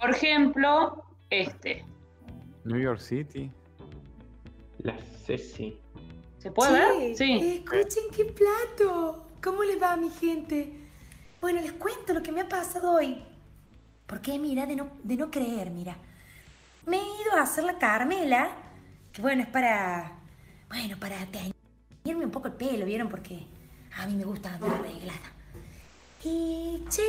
[SPEAKER 3] Por ejemplo, este.
[SPEAKER 4] New York City.
[SPEAKER 5] La Ceci.
[SPEAKER 3] ¿Se puede ver? Sí.
[SPEAKER 6] eh, Escuchen qué plato. ¿Cómo les va, mi gente? Bueno, les cuento lo que me ha pasado hoy. Porque, mira, de no, de no creer, mira. Me he ido a hacer la Carmela, que bueno, es para. Bueno, para teñirme un poco el pelo, ¿vieron? Porque a mí me gusta andar arreglada. Y, che,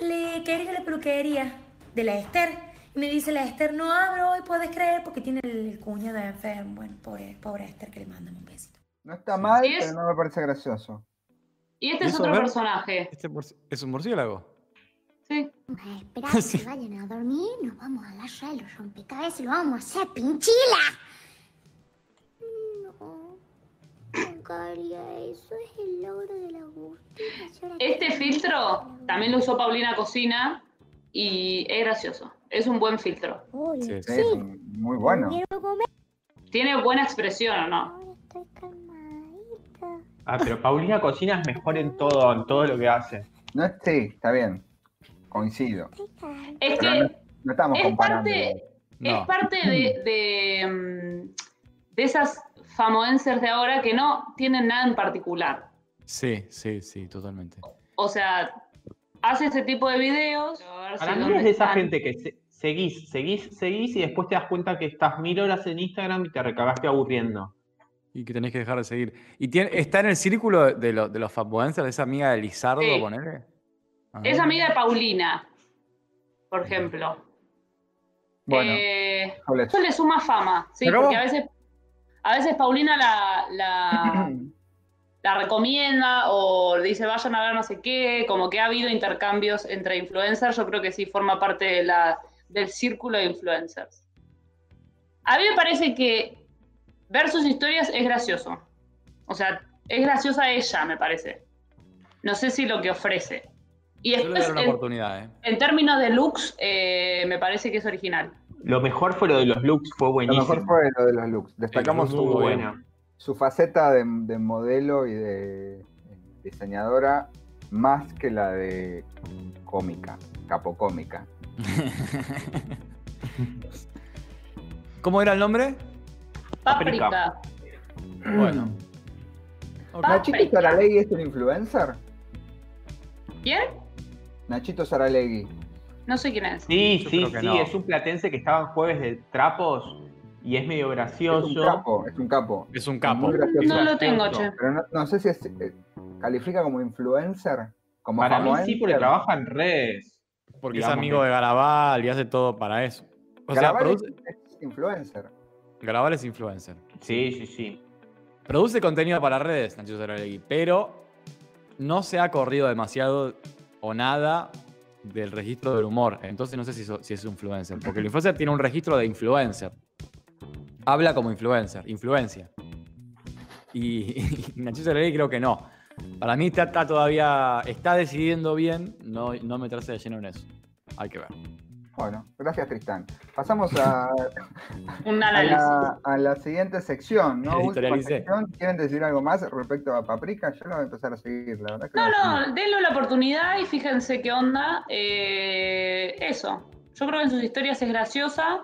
[SPEAKER 6] le quería ir a la peluquería de la Esther. Me dice la Esther, no abro hoy, puedes creer, porque tiene el cuñado enfermo. Bueno, pobre, pobre Esther que le mandan un besito.
[SPEAKER 2] No está mal,
[SPEAKER 3] Sí, es-
[SPEAKER 2] pero no me parece gracioso.
[SPEAKER 3] Y este
[SPEAKER 4] ¿Y
[SPEAKER 3] es
[SPEAKER 4] eso,
[SPEAKER 3] otro
[SPEAKER 4] Mer?
[SPEAKER 3] personaje.
[SPEAKER 4] Este morci- ¿Es un murciélago?
[SPEAKER 3] Sí.
[SPEAKER 7] Vamos a esperar
[SPEAKER 4] Sí.
[SPEAKER 7] que se vayan a dormir, nos vamos a la ya de los rompecabezas y lo vamos a hacer pinchila. No, nunca haría eso, es el logro de la Agustina. yo la
[SPEAKER 3] Este
[SPEAKER 7] quiero
[SPEAKER 3] filtro
[SPEAKER 7] mucho.
[SPEAKER 3] también lo usó Paulina Cocina y es gracioso. Es un buen filtro.
[SPEAKER 7] Uy,
[SPEAKER 4] Sí,
[SPEAKER 2] Sí, es muy bueno.
[SPEAKER 7] quiero comer.
[SPEAKER 3] Tiene buena expresión, ¿o no?
[SPEAKER 7] Ahora estoy calmadita.
[SPEAKER 5] Ah, pero Paulina Cocina es mejor en todo, en todo lo que hace.
[SPEAKER 2] No, es- sí, está bien. Coincido.
[SPEAKER 7] Estoy calma.
[SPEAKER 3] Es
[SPEAKER 2] Pero
[SPEAKER 3] que
[SPEAKER 2] No estamos
[SPEAKER 3] Es
[SPEAKER 2] comparando.
[SPEAKER 3] parte- es
[SPEAKER 4] No.
[SPEAKER 3] parte de, de, mm, de esas famoencers de ahora que no tienen nada en particular.
[SPEAKER 4] Sí, sí, sí, totalmente.
[SPEAKER 3] O sea, hace este tipo de videos. A ver
[SPEAKER 5] Para
[SPEAKER 3] si
[SPEAKER 5] mí
[SPEAKER 3] dónde
[SPEAKER 5] es de esa
[SPEAKER 3] están.
[SPEAKER 5] gente que se- seguís, seguís, seguís y después te das cuenta que estás mil horas en Instagram y te recagaste aburriendo.
[SPEAKER 4] Y que tenés que dejar de seguir. ¿Y tiene, está en el círculo de, lo- de los fatboencers, de esa amiga de Lizardo,
[SPEAKER 3] Sí.
[SPEAKER 4] ponele? Ah.
[SPEAKER 3] Es amiga de Paulina, por ejemplo.
[SPEAKER 2] Bueno,
[SPEAKER 3] Eh,
[SPEAKER 2] Jole.
[SPEAKER 3] eso le suma fama, sí,
[SPEAKER 4] ¿Se acabó?
[SPEAKER 3] porque a veces, a veces Paulina la,
[SPEAKER 5] Ah.
[SPEAKER 3] la, la recomienda o dice vayan a ver no sé qué, como que ha habido intercambios entre influencers, yo creo que sí forma parte de la, del círculo de influencers. A mí me parece que ver sus historias es gracioso. O sea, es graciosa ella, me parece. No sé si lo que ofrece. Y
[SPEAKER 4] Yo le voy a
[SPEAKER 3] después,
[SPEAKER 4] dar una
[SPEAKER 3] en,
[SPEAKER 4] oportunidad, ¿eh?
[SPEAKER 3] en términos de looks, eh, me parece que es original.
[SPEAKER 5] Lo mejor fue lo de los looks, fue
[SPEAKER 2] lo
[SPEAKER 5] buenísimo.
[SPEAKER 2] mejor fue lo de los looks. Destacamos
[SPEAKER 4] look
[SPEAKER 2] su,
[SPEAKER 4] estuvo
[SPEAKER 5] bueno.
[SPEAKER 2] su faceta de, de modelo y de eh, diseñadora más que la de cómica, capocómica.
[SPEAKER 4] ¿Cómo era el nombre?
[SPEAKER 5] Paprika.
[SPEAKER 3] Paprika.
[SPEAKER 4] Bueno. Ok.
[SPEAKER 3] Pa-
[SPEAKER 2] ¿Nachito Saralegui es un influencer?
[SPEAKER 3] ¿Quién?
[SPEAKER 2] Nachito Saralegui.
[SPEAKER 3] No sé quién es.
[SPEAKER 5] Sí,
[SPEAKER 4] Yo
[SPEAKER 5] sí,
[SPEAKER 4] creo que
[SPEAKER 5] sí,
[SPEAKER 4] no.
[SPEAKER 5] es un platense que estaba en jueves de trapos y es medio
[SPEAKER 2] Es un
[SPEAKER 5] gracioso.
[SPEAKER 2] capo, es un capo.
[SPEAKER 4] Es un capo.
[SPEAKER 2] Muy gracioso.
[SPEAKER 3] No lo tengo,
[SPEAKER 5] gracioso.
[SPEAKER 3] che.
[SPEAKER 2] Pero no, no sé si es, eh, califica como influencer. Como ¿eh?
[SPEAKER 5] Para mí sí,
[SPEAKER 2] famoencer.
[SPEAKER 5] porque trabaja en redes.
[SPEAKER 4] Porque es
[SPEAKER 5] Digamos
[SPEAKER 4] amigo
[SPEAKER 5] que-
[SPEAKER 4] de Garabal y hace todo para eso. O sea,
[SPEAKER 2] Garabal es-
[SPEAKER 4] produce-
[SPEAKER 2] es influencer.
[SPEAKER 4] Garabal es influencer.
[SPEAKER 5] Sí, sí, sí.
[SPEAKER 4] Produce contenido para redes, Nacho Saralegui, pero no se ha corrido demasiado o nada del registro del humor. Entonces no sé si, so- si es influencer, porque el influencer tiene un registro de influencer. Habla como influencer, influencia. Y, y Nacho Saralegui creo que no. Para mí está, está todavía, está decidiendo bien no, no meterse de lleno en eso. Hay que ver.
[SPEAKER 2] Bueno, gracias Tristán. Pasamos a,
[SPEAKER 3] Un
[SPEAKER 2] a
[SPEAKER 3] análisis.
[SPEAKER 2] la, a la siguiente sección, ¿no? Última
[SPEAKER 4] Editorialicé.
[SPEAKER 2] sección. ¿Quieren decir algo más respecto a Paprika? Yo la voy a empezar a seguir, la verdad que
[SPEAKER 3] No,
[SPEAKER 2] la-
[SPEAKER 3] no, denle la oportunidad y fíjense qué onda. Eh, eso. Yo creo que en sus historias es graciosa.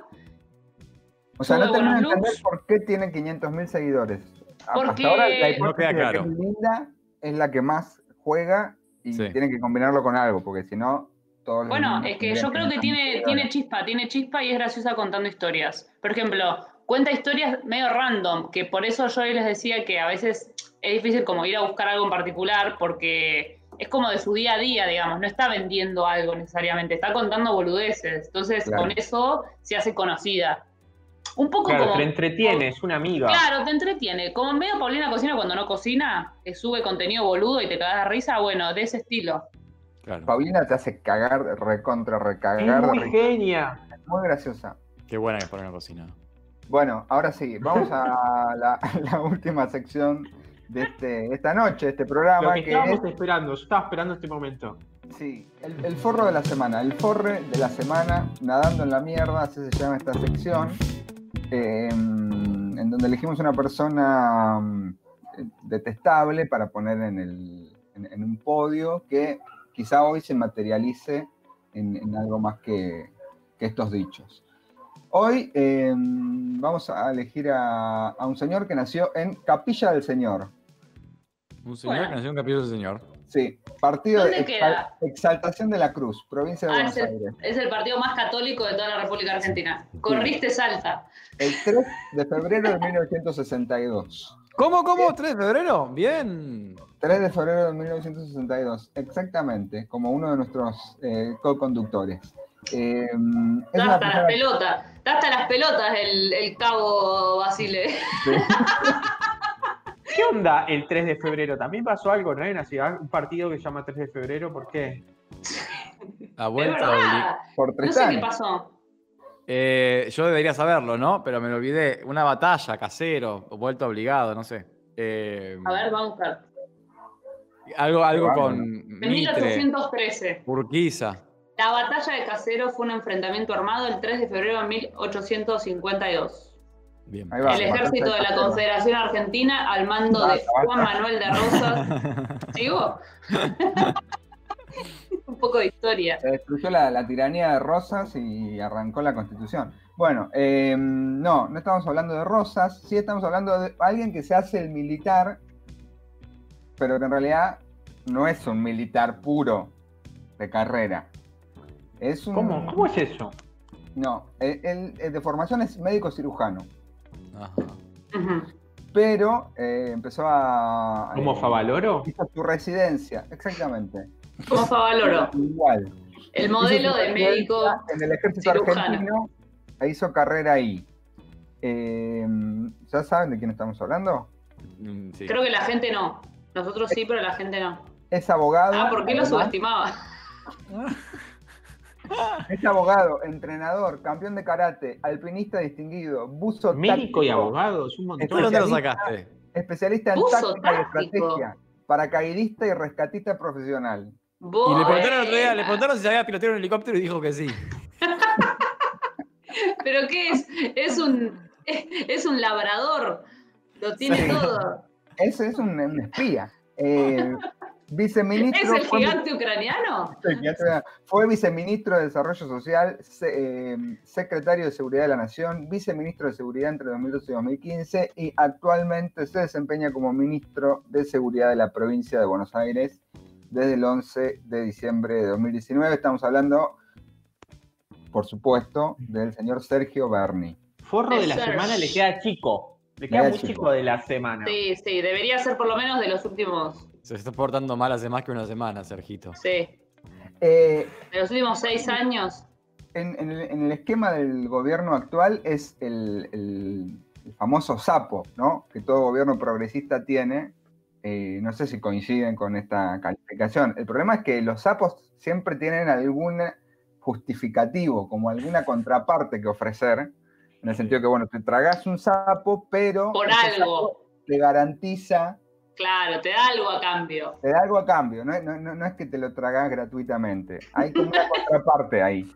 [SPEAKER 2] O sea, no
[SPEAKER 3] Tuve
[SPEAKER 2] termino de
[SPEAKER 3] buenos
[SPEAKER 2] entender
[SPEAKER 3] looks.
[SPEAKER 2] por qué tiene 500 mil seguidores. A-
[SPEAKER 3] Porque-
[SPEAKER 2] Hasta ahora la
[SPEAKER 3] No
[SPEAKER 2] hipótesis
[SPEAKER 4] queda
[SPEAKER 2] de que
[SPEAKER 4] claro.
[SPEAKER 2] es linda es la que más juega y
[SPEAKER 4] Sí.
[SPEAKER 2] tienen que combinarlo con algo, porque si no, todos los
[SPEAKER 5] Mm,
[SPEAKER 3] Bueno,
[SPEAKER 2] niños
[SPEAKER 3] es que
[SPEAKER 2] tendrían
[SPEAKER 3] yo creo
[SPEAKER 2] 500.000
[SPEAKER 3] que tiene,
[SPEAKER 2] seguidores.
[SPEAKER 3] tiene chispa, tiene chispa y es graciosa contando historias. Por ejemplo, cuenta historias medio random, que por eso yo hoy les decía que a veces es difícil como ir a buscar algo en particular, porque es como de su día a día, digamos, no está vendiendo algo necesariamente, está contando boludeces. Entonces,
[SPEAKER 2] Claro.
[SPEAKER 3] con eso se hace conocida. Un poco
[SPEAKER 5] Claro,
[SPEAKER 3] como.
[SPEAKER 5] te entretiene, es una amiga.
[SPEAKER 3] Claro, te entretiene. Como medio Paulina cocina cuando no cocina, que sube contenido boludo y te cagas de risa, bueno, de ese estilo.
[SPEAKER 4] Claro.
[SPEAKER 2] Paulina te hace cagar, recontra, recagar. de
[SPEAKER 5] Es muy
[SPEAKER 2] risa.
[SPEAKER 5] genia.
[SPEAKER 2] muy graciosa.
[SPEAKER 4] Qué buena que es para una cocina.
[SPEAKER 2] Bueno, ahora sí, vamos a la, la última sección de este, esta noche, este
[SPEAKER 5] Lo
[SPEAKER 2] programa,
[SPEAKER 5] que
[SPEAKER 2] que es
[SPEAKER 5] estábamos esperando, yo estaba esperando este momento.
[SPEAKER 2] sí, el, el forro de la semana, el forre de la semana, nadando en la mierda, así se llama esta sección, eh, en donde elegimos una persona mm, detestable para poner en, el, en, en un podio que quizá hoy se materialice en, en algo más que, que estos dichos. Hoy eh, vamos a elegir a, a un señor que nació en Capilla del Señor.
[SPEAKER 4] Un señor
[SPEAKER 3] Bueno.
[SPEAKER 4] que nació en Capillo del Señor.
[SPEAKER 2] Sí, partido de
[SPEAKER 3] ¿Dónde
[SPEAKER 2] Exal- Exaltación de la Cruz, provincia de
[SPEAKER 3] Ah,
[SPEAKER 2] Buenos
[SPEAKER 3] ese.
[SPEAKER 2] Aires.
[SPEAKER 3] Es el partido más católico de toda la República Argentina. Corriste Salta.
[SPEAKER 2] El 3 de febrero de 1962.
[SPEAKER 4] ¿Cómo, cómo? ¿3 de febrero? Bien.
[SPEAKER 2] 3 de febrero de 1962, exactamente, como uno de nuestros eh, co-conductores. Eh, es
[SPEAKER 3] Está
[SPEAKER 2] una
[SPEAKER 3] hasta las
[SPEAKER 2] persona
[SPEAKER 3] pelotas. Está hasta las pelotas el, el cabo Basile.
[SPEAKER 5] ¿Qué onda el 3 de febrero? También pasó algo, ¿no? Hay una ciudad, un partido que se llama 3 de febrero, ¿por qué?
[SPEAKER 4] La
[SPEAKER 3] Es
[SPEAKER 4] vuelta obli-
[SPEAKER 3] verdad.
[SPEAKER 2] por
[SPEAKER 3] No
[SPEAKER 2] tres
[SPEAKER 3] sé qué
[SPEAKER 2] años.
[SPEAKER 3] pasó.
[SPEAKER 4] Eh, yo debería saberlo, ¿no? Pero me lo olvidé. Una batalla, casero, o vuelta obligado, no sé. Eh,
[SPEAKER 3] A ver, vamos a buscar.
[SPEAKER 4] Algo, algo
[SPEAKER 2] Vamos.
[SPEAKER 4] con
[SPEAKER 3] En
[SPEAKER 4] Mitre,
[SPEAKER 3] 1813.
[SPEAKER 4] Urquiza.
[SPEAKER 3] La batalla de Casero fue un enfrentamiento armado el 3 de febrero de 1852.
[SPEAKER 4] Bien.
[SPEAKER 2] Ahí va.
[SPEAKER 3] el
[SPEAKER 2] batalla
[SPEAKER 3] ejército
[SPEAKER 2] de
[SPEAKER 3] de la
[SPEAKER 2] Casero.
[SPEAKER 3] Confederación Argentina al mando de
[SPEAKER 2] Basta, basta.
[SPEAKER 3] Juan Manuel de Rosas. ¿Sigo? un poco de historia.
[SPEAKER 2] Se destruyó la, la tiranía de Rosas y arrancó la constitución. Bueno, eh, no, no estamos hablando de Rosas, sí estamos hablando de alguien que se hace el militar, pero que en realidad no es un militar puro de carrera. Es un,
[SPEAKER 5] ¿Cómo, ¿Cómo es eso?
[SPEAKER 2] No, él- él, eh, de formación es médico cirujano,
[SPEAKER 4] Ajá.
[SPEAKER 3] Ujú.
[SPEAKER 2] pero eh, empezó a...
[SPEAKER 5] ¿Como
[SPEAKER 2] eh,
[SPEAKER 5] Favaloro?
[SPEAKER 2] Hizo su residencia, exactamente.
[SPEAKER 3] ¿Cómo fue Valoro?
[SPEAKER 2] Igual.
[SPEAKER 3] El modelo
[SPEAKER 2] Hizo su
[SPEAKER 3] de médico.
[SPEAKER 2] residencia En el ejército
[SPEAKER 3] cirujano.
[SPEAKER 2] argentino e hizo carrera ahí. Eh, ¿Ya saben de quién estamos hablando?
[SPEAKER 4] Mm, sí.
[SPEAKER 3] Creo que la gente no. Nosotros sí, pero la gente no.
[SPEAKER 2] Es abogado.
[SPEAKER 3] Ah, ¿por qué lo
[SPEAKER 2] además,
[SPEAKER 3] subestimaba?
[SPEAKER 2] Es abogado, entrenador, campeón de karate, alpinista distinguido, buzo
[SPEAKER 5] Médico y
[SPEAKER 2] táctico,
[SPEAKER 5] abogado, es un
[SPEAKER 4] ¿Tú
[SPEAKER 5] montón.
[SPEAKER 4] dónde lo
[SPEAKER 2] Especialista.
[SPEAKER 4] sacaste?
[SPEAKER 2] especialista en
[SPEAKER 3] Buzo
[SPEAKER 2] táctica y
[SPEAKER 3] táctico.
[SPEAKER 2] estrategia, paracaidista y rescatista profesional.
[SPEAKER 4] Y
[SPEAKER 3] Vos,
[SPEAKER 4] le preguntaron el otro día, le
[SPEAKER 3] eh,
[SPEAKER 4] preguntaron si sabía pilotear un helicóptero y dijo que sí.
[SPEAKER 3] eh, ¿Pero qué es? Es un, es un labrador. Lo tiene
[SPEAKER 2] Sí.
[SPEAKER 3] todo.
[SPEAKER 2] Ese es un, un espía. Eh, viceministro.
[SPEAKER 3] ¿Es el
[SPEAKER 2] fue-
[SPEAKER 3] gigante ucraniano?
[SPEAKER 2] Ya te voy a- Fue viceministro de Desarrollo Social, se- eh, secretario de Seguridad de la Nación, viceministro de Seguridad entre 2012 y 2015 y actualmente se desempeña como ministro de Seguridad de la provincia de Buenos Aires desde el 11 de diciembre de 2019. Estamos hablando, por supuesto, del señor Sergio Berni.
[SPEAKER 5] Forro de la
[SPEAKER 3] Research.
[SPEAKER 5] semana le queda chico. Le queda
[SPEAKER 2] queda
[SPEAKER 5] muy
[SPEAKER 2] chico.
[SPEAKER 5] chico de la semana.
[SPEAKER 3] Sí, sí, debería ser por lo menos de los últimos.
[SPEAKER 4] Se está portando mal hace más que una semana, Sergito.
[SPEAKER 3] Sí.
[SPEAKER 2] Eh,
[SPEAKER 3] De los últimos seis años.
[SPEAKER 2] en, en el, en el esquema del gobierno actual es el, el- el famoso sapo, ¿no? Que todo gobierno progresista tiene. Eh, no sé si coinciden con esta calificación. El problema es que los sapos siempre tienen algún justificativo, como alguna contraparte que ofrecer. En el sentido que, bueno, te tragás un sapo, pero
[SPEAKER 3] Por
[SPEAKER 2] ese sapo
[SPEAKER 3] algo.
[SPEAKER 2] te garantiza,
[SPEAKER 3] Claro, te da algo a cambio.
[SPEAKER 2] te da algo a cambio. No, No- no- no es que te lo tragás gratuitamente. Hay como una contraparte ahí.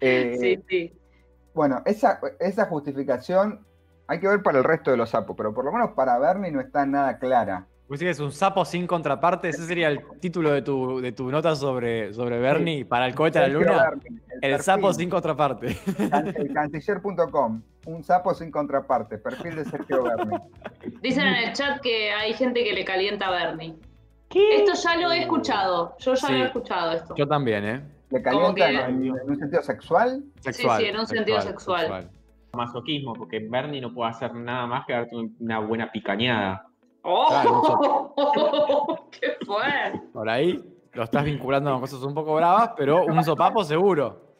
[SPEAKER 2] Eh,
[SPEAKER 3] Sí, sí.
[SPEAKER 2] Bueno, esa, esa justificación hay que ver para el resto de los sapos, pero por lo menos para Bernie no está nada clara.
[SPEAKER 4] Vos decís que es un sapo sin contraparte, ese sería el título de tu, de tu nota sobre, sobre Bernie para el cohete a la
[SPEAKER 2] Sergio
[SPEAKER 4] luna.
[SPEAKER 2] Berni,
[SPEAKER 4] El
[SPEAKER 2] perfil,
[SPEAKER 4] sapo sin contraparte.
[SPEAKER 2] can- El canciller.com, un sapo sin contraparte, perfil de Sergio Berni.
[SPEAKER 3] Dicen en el chat que hay gente que le calienta a Bernie.
[SPEAKER 5] ¿Qué?
[SPEAKER 3] Esto ya lo he escuchado. Yo ya
[SPEAKER 4] Sí.
[SPEAKER 3] lo he escuchado esto.
[SPEAKER 4] Yo también, ¿eh?
[SPEAKER 2] ¿Le
[SPEAKER 3] Como
[SPEAKER 2] calienta
[SPEAKER 3] que-
[SPEAKER 2] en, en un sentido sexual?
[SPEAKER 4] Sexual.
[SPEAKER 3] sí, en un sentido sexual.
[SPEAKER 5] Masoquismo, porque Bernie no puede hacer nada más que darte una buena picañada.
[SPEAKER 3] ¡Oh! ¡Qué fue!
[SPEAKER 4] Por ahí lo estás vinculando a cosas un poco bravas, pero un sopapo seguro.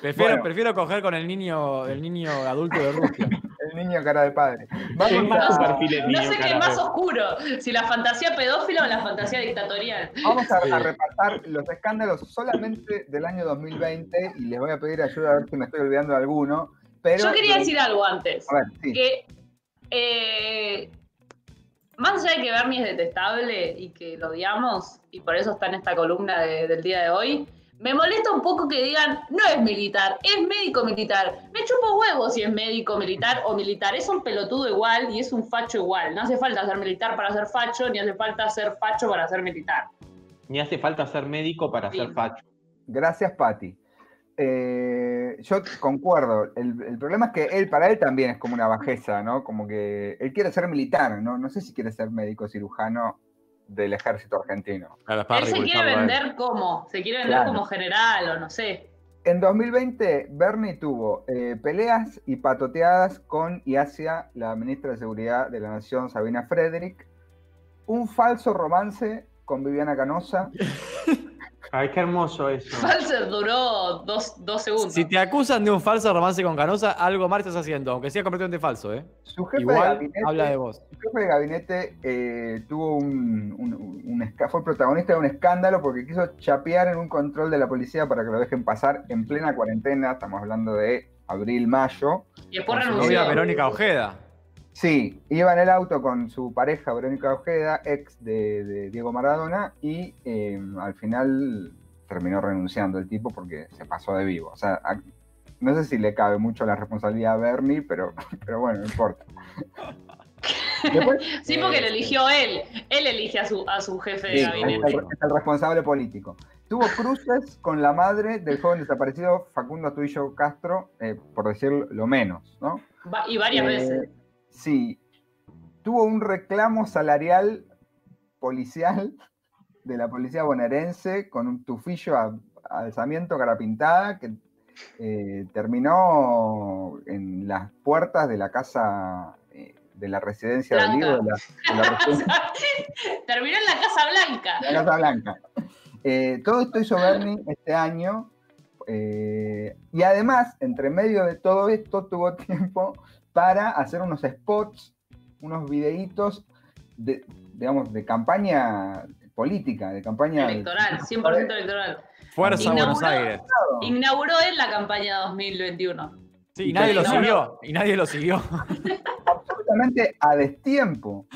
[SPEAKER 4] Prefiero,
[SPEAKER 2] Bueno.
[SPEAKER 4] prefiero coger con el niño, el niño adulto de Rusia.
[SPEAKER 2] El niño cara de padre.
[SPEAKER 5] Tengo
[SPEAKER 2] Vamos
[SPEAKER 5] los
[SPEAKER 2] a,
[SPEAKER 5] perfiles
[SPEAKER 3] No
[SPEAKER 5] míos,
[SPEAKER 3] sé qué es
[SPEAKER 5] cara,
[SPEAKER 3] más
[SPEAKER 5] pero-
[SPEAKER 3] oscuro, si la fantasía pedófila o la fantasía dictatorial.
[SPEAKER 2] vamos a- a repasar los escándalos solamente del año 2020 y les voy a pedir ayuda a ver si me estoy olvidando de alguno. Pero
[SPEAKER 3] Yo quería decir algo antes.
[SPEAKER 2] A ver, sí.
[SPEAKER 3] que eh, más allá de que Bernie es detestable y que lo odiamos, y por eso está en esta columna de- del día de hoy, me molesta un poco que digan, no es militar, es médico militar. Me chupo huevos si es médico militar o militar. Es un pelotudo igual y es un facho igual. No hace falta ser militar para ser facho, ni hace falta ser facho para ser militar.
[SPEAKER 5] Ni hace falta ser médico para
[SPEAKER 3] Sí.
[SPEAKER 5] ser facho.
[SPEAKER 2] Gracias, Patti. Eh, yo concuerdo. El, el problema es que él, para él también es como una bajeza, ¿no? Como que él quiere ser militar, ¿no? No sé si quiere ser médico cirujano del ejército argentino.
[SPEAKER 4] Claro, para
[SPEAKER 3] Él se
[SPEAKER 4] reclutarlo
[SPEAKER 3] quiere
[SPEAKER 4] a él.
[SPEAKER 3] vender como, se quiere vender
[SPEAKER 2] Claro.
[SPEAKER 3] como general o no sé.
[SPEAKER 2] En 2020, Bernie tuvo eh, peleas y patoteadas con y hacia la ministra de Seguridad de la Nación, Sabina Frederick, un falso romance con Viviana Canosa,
[SPEAKER 5] Ay, qué hermoso eso.
[SPEAKER 3] Falser duró dos, dos segundos.
[SPEAKER 4] Si te acusan de un falso romance con Canosa, algo mal estás haciendo, aunque sea completamente falso, ¿eh?
[SPEAKER 2] Su jefe de
[SPEAKER 4] Igual
[SPEAKER 2] gabinete,
[SPEAKER 4] habla de vos.
[SPEAKER 2] su jefe de gabinete eh, tuvo un, un- un esca- fue protagonista de un escándalo porque quiso chapear en un control de la policía para que lo dejen pasar en plena cuarentena. Estamos hablando de abril, mayo.
[SPEAKER 3] Y después
[SPEAKER 2] Con su
[SPEAKER 3] renunció.
[SPEAKER 4] Novia Verónica Ojeda.
[SPEAKER 2] Sí, iba en el auto con su pareja Verónica Ojeda, ex de, de Diego Maradona, y eh, al final terminó renunciando el tipo porque se pasó de vivo. O sea, a- no sé si le cabe mucho la responsabilidad a Bernie, pero, pero bueno, no importa. Después,
[SPEAKER 3] Sí, porque lo
[SPEAKER 2] eh,
[SPEAKER 3] eligió él. Él elige a su, a su jefe de
[SPEAKER 2] Sí,
[SPEAKER 3] gabinete.
[SPEAKER 2] es el- es el responsable político. Tuvo cruces con la madre del joven desaparecido Facundo Astudillo Castro, eh, por decir lo menos, ¿no?
[SPEAKER 3] Va- Y varias
[SPEAKER 2] Eh,
[SPEAKER 3] veces.
[SPEAKER 2] Sí. Tuvo un reclamo salarial policial de la policía bonaerense con un tufillo a, a alzamiento cara pintada que eh, terminó en las puertas de la casa eh, de la residencia de
[SPEAKER 3] Blanca.
[SPEAKER 2] Olivo, de la- de la residencia
[SPEAKER 3] Terminó en la Casa Blanca.
[SPEAKER 2] la Casa Blanca. Eh, todo esto hizo Bernie este año. eh, y además, entre medio de todo esto, tuvo tiempo para hacer unos spots, unos videitos, de, digamos, de campaña política, de campaña
[SPEAKER 3] Electoral, 100% electoral.
[SPEAKER 4] Fuerza
[SPEAKER 3] Inauguró-
[SPEAKER 4] Buenos Aires.
[SPEAKER 3] Inauguró él la campaña 2021.
[SPEAKER 4] Sí, y nadie lo
[SPEAKER 3] Inauguró-
[SPEAKER 4] siguió. Y nadie lo siguió.
[SPEAKER 2] absolutamente a destiempo.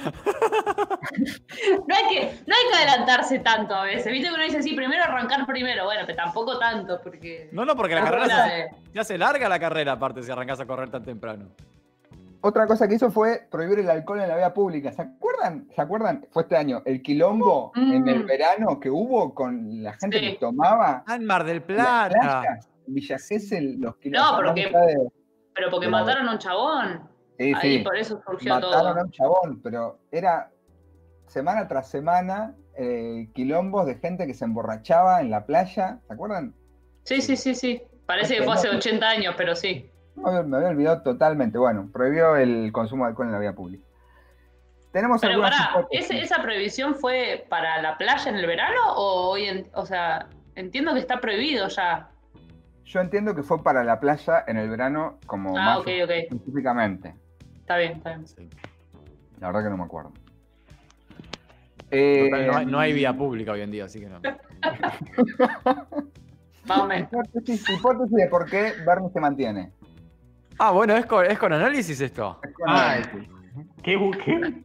[SPEAKER 3] No hay, que, no hay que adelantarse tanto a veces. Viste que uno dice, sí, primero arrancar primero. Bueno, pero tampoco tanto, porque.
[SPEAKER 4] No, no, porque la
[SPEAKER 3] Tampoco
[SPEAKER 4] carrera
[SPEAKER 3] la
[SPEAKER 4] se,
[SPEAKER 3] de-
[SPEAKER 4] se hace larga la carrera, aparte, si arrancás a correr tan temprano.
[SPEAKER 2] Otra cosa que hizo fue prohibir el alcohol en la vía pública. ¿Se acuerdan? ¿Se acuerdan? Fue este año, el quilombo en el
[SPEAKER 3] Mm.
[SPEAKER 2] verano que hubo con la gente
[SPEAKER 3] Sí.
[SPEAKER 2] que tomaba.
[SPEAKER 4] Ah, en Mar del
[SPEAKER 2] Las
[SPEAKER 4] Plata.
[SPEAKER 2] playas, Villa Gesell, los
[SPEAKER 3] No, pero que-
[SPEAKER 2] kilómetros de-
[SPEAKER 3] Pero porque
[SPEAKER 2] de la-
[SPEAKER 3] mataron a un chabón.
[SPEAKER 2] Sí, sí,
[SPEAKER 3] Ahí por eso surgió
[SPEAKER 2] mataron a
[SPEAKER 3] todo.
[SPEAKER 2] un chabón, pero era semana tras semana eh, quilombos de gente que se emborrachaba en la playa, ¿se acuerdan?
[SPEAKER 3] Sí, sí, sí, sí. Parece que fue hace 80 años, pero sí.
[SPEAKER 2] Me había, me había olvidado totalmente. Bueno, prohibió el consumo de alcohol en la vía pública. Tenemos
[SPEAKER 3] Pero
[SPEAKER 2] algunas
[SPEAKER 3] pará,
[SPEAKER 2] hipótesis.
[SPEAKER 3] ¿ese- ¿esa prohibición fue para la playa en el verano o hoy en.? O sea, entiendo que está prohibido ya.
[SPEAKER 2] Yo entiendo que fue para la playa en el verano, como
[SPEAKER 3] Ah,
[SPEAKER 2] más
[SPEAKER 3] ok, ok.
[SPEAKER 2] específicamente.
[SPEAKER 3] Está bien, está bien.
[SPEAKER 2] La verdad que no me acuerdo.
[SPEAKER 4] Total, no, hay,
[SPEAKER 2] Eh,
[SPEAKER 4] no hay vía pública hoy en día, así que no.
[SPEAKER 3] Más o menos.
[SPEAKER 2] hipótesis, hipótesis de por qué Bernie se mantiene.
[SPEAKER 4] Ah, bueno, es con, es con análisis esto.
[SPEAKER 2] Es con-
[SPEAKER 4] Ah,
[SPEAKER 5] Ay, qué, bu- qué-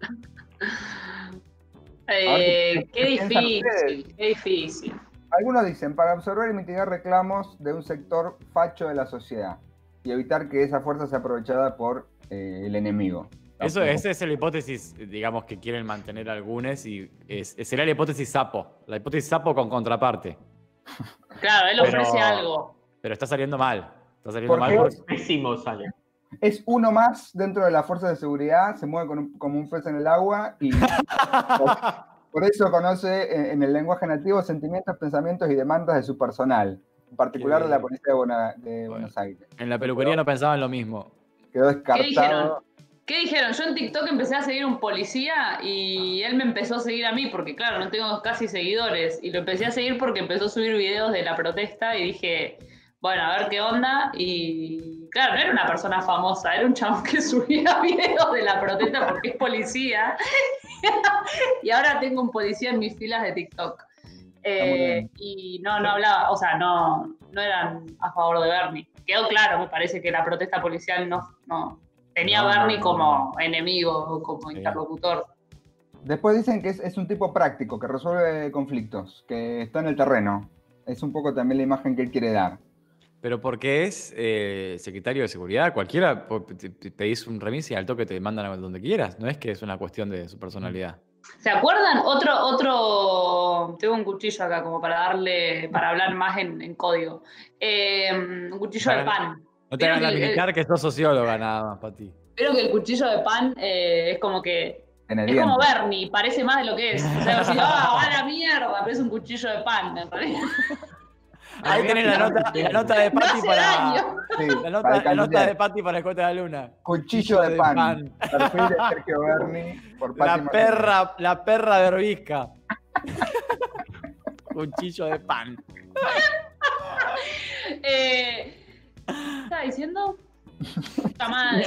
[SPEAKER 3] Eh,
[SPEAKER 2] ¿qué
[SPEAKER 3] qué
[SPEAKER 2] piensan ustedes?
[SPEAKER 3] difícil, qué difícil.
[SPEAKER 2] Algunos dicen, para absorber y mitigar reclamos de un sector facho de la sociedad y evitar que esa fuerza sea aprovechada por eh, el enemigo.
[SPEAKER 4] Eso, esa es la hipótesis, digamos, que quieren mantener algunos y es, sería la hipótesis sapo. La hipótesis sapo con contraparte.
[SPEAKER 3] Claro, él
[SPEAKER 4] Pero-
[SPEAKER 3] ofrece algo.
[SPEAKER 4] Pero está saliendo mal. Está saliendo
[SPEAKER 2] ¿Por
[SPEAKER 4] mal
[SPEAKER 2] qué?
[SPEAKER 4] porque
[SPEAKER 5] pésimo sale.
[SPEAKER 2] Es uno más dentro de las fuerzas de seguridad, se mueve con un- como un pez en el agua y por, por eso conoce eh, en, en el lenguaje nativo sentimientos, pensamientos y demandas de su personal, en particular de la policía de, Buena- de Buenos Aires.
[SPEAKER 4] en la peluquería no pensaban lo mismo.
[SPEAKER 2] Quedó
[SPEAKER 3] ¿Qué dijeron?
[SPEAKER 2] descartado.
[SPEAKER 3] ¿Qué dijeron? Yo en TikTok empecé a seguir un policía y él me empezó a seguir a mí porque, claro, no tengo casi seguidores. Y lo empecé a seguir porque empezó a subir videos de la protesta y dije, bueno, a ver qué onda. Y claro, no era una persona famosa, era un chabón que subía videos de la protesta porque es policía. y ahora tengo un policía en mis filas de TikTok. Eh, y no, no hablaba, o sea, no, no eran a favor de Bernie. Quedó claro, me parece que la protesta policial no, no tenía
[SPEAKER 4] No,
[SPEAKER 3] a Bernie
[SPEAKER 4] no, no.
[SPEAKER 3] como enemigo o como
[SPEAKER 4] Sí.
[SPEAKER 3] interlocutor.
[SPEAKER 2] Después dicen que es, es un tipo práctico, que resuelve conflictos, que está en el terreno. Es un poco también la imagen que él quiere dar.
[SPEAKER 4] Pero porque es eh, secretario de seguridad, cualquiera po- te- te- pedís un remis y al toque te mandan a donde quieras. No es que es una cuestión de su personalidad.
[SPEAKER 3] ¿Se acuerdan? Otro, otro, tengo un cuchillo acá como para darle, para hablar más en, en código. Eh, un cuchillo
[SPEAKER 4] Para-
[SPEAKER 3] de pan.
[SPEAKER 4] No te
[SPEAKER 3] Pero
[SPEAKER 4] hagas la
[SPEAKER 3] el- el-
[SPEAKER 4] militar que sos socióloga nada más para ti.
[SPEAKER 3] Creo que el cuchillo de pan eh, es como que
[SPEAKER 2] En el
[SPEAKER 3] Es como
[SPEAKER 2] diente.
[SPEAKER 3] Bernie, parece más de lo que es. O sea, si, ah, a la mierda, parece un cuchillo de pan, en realidad.
[SPEAKER 4] Ahí tenés la nota, la nota de
[SPEAKER 3] No
[SPEAKER 4] Patti
[SPEAKER 3] hace
[SPEAKER 4] para.
[SPEAKER 3] daño.
[SPEAKER 2] Sí,
[SPEAKER 4] La nota,
[SPEAKER 2] para
[SPEAKER 4] la nota
[SPEAKER 2] candidar.
[SPEAKER 4] de Patti para Escueta de la Luna.
[SPEAKER 2] Cuchillo de pan. Perfil de Sergio Berni por Pati
[SPEAKER 4] La
[SPEAKER 2] Martínez.
[SPEAKER 4] perra, la perra de Orbisca.
[SPEAKER 8] cuchillo de pan.
[SPEAKER 3] Eh, ¿qué estaba diciendo? Puta madre.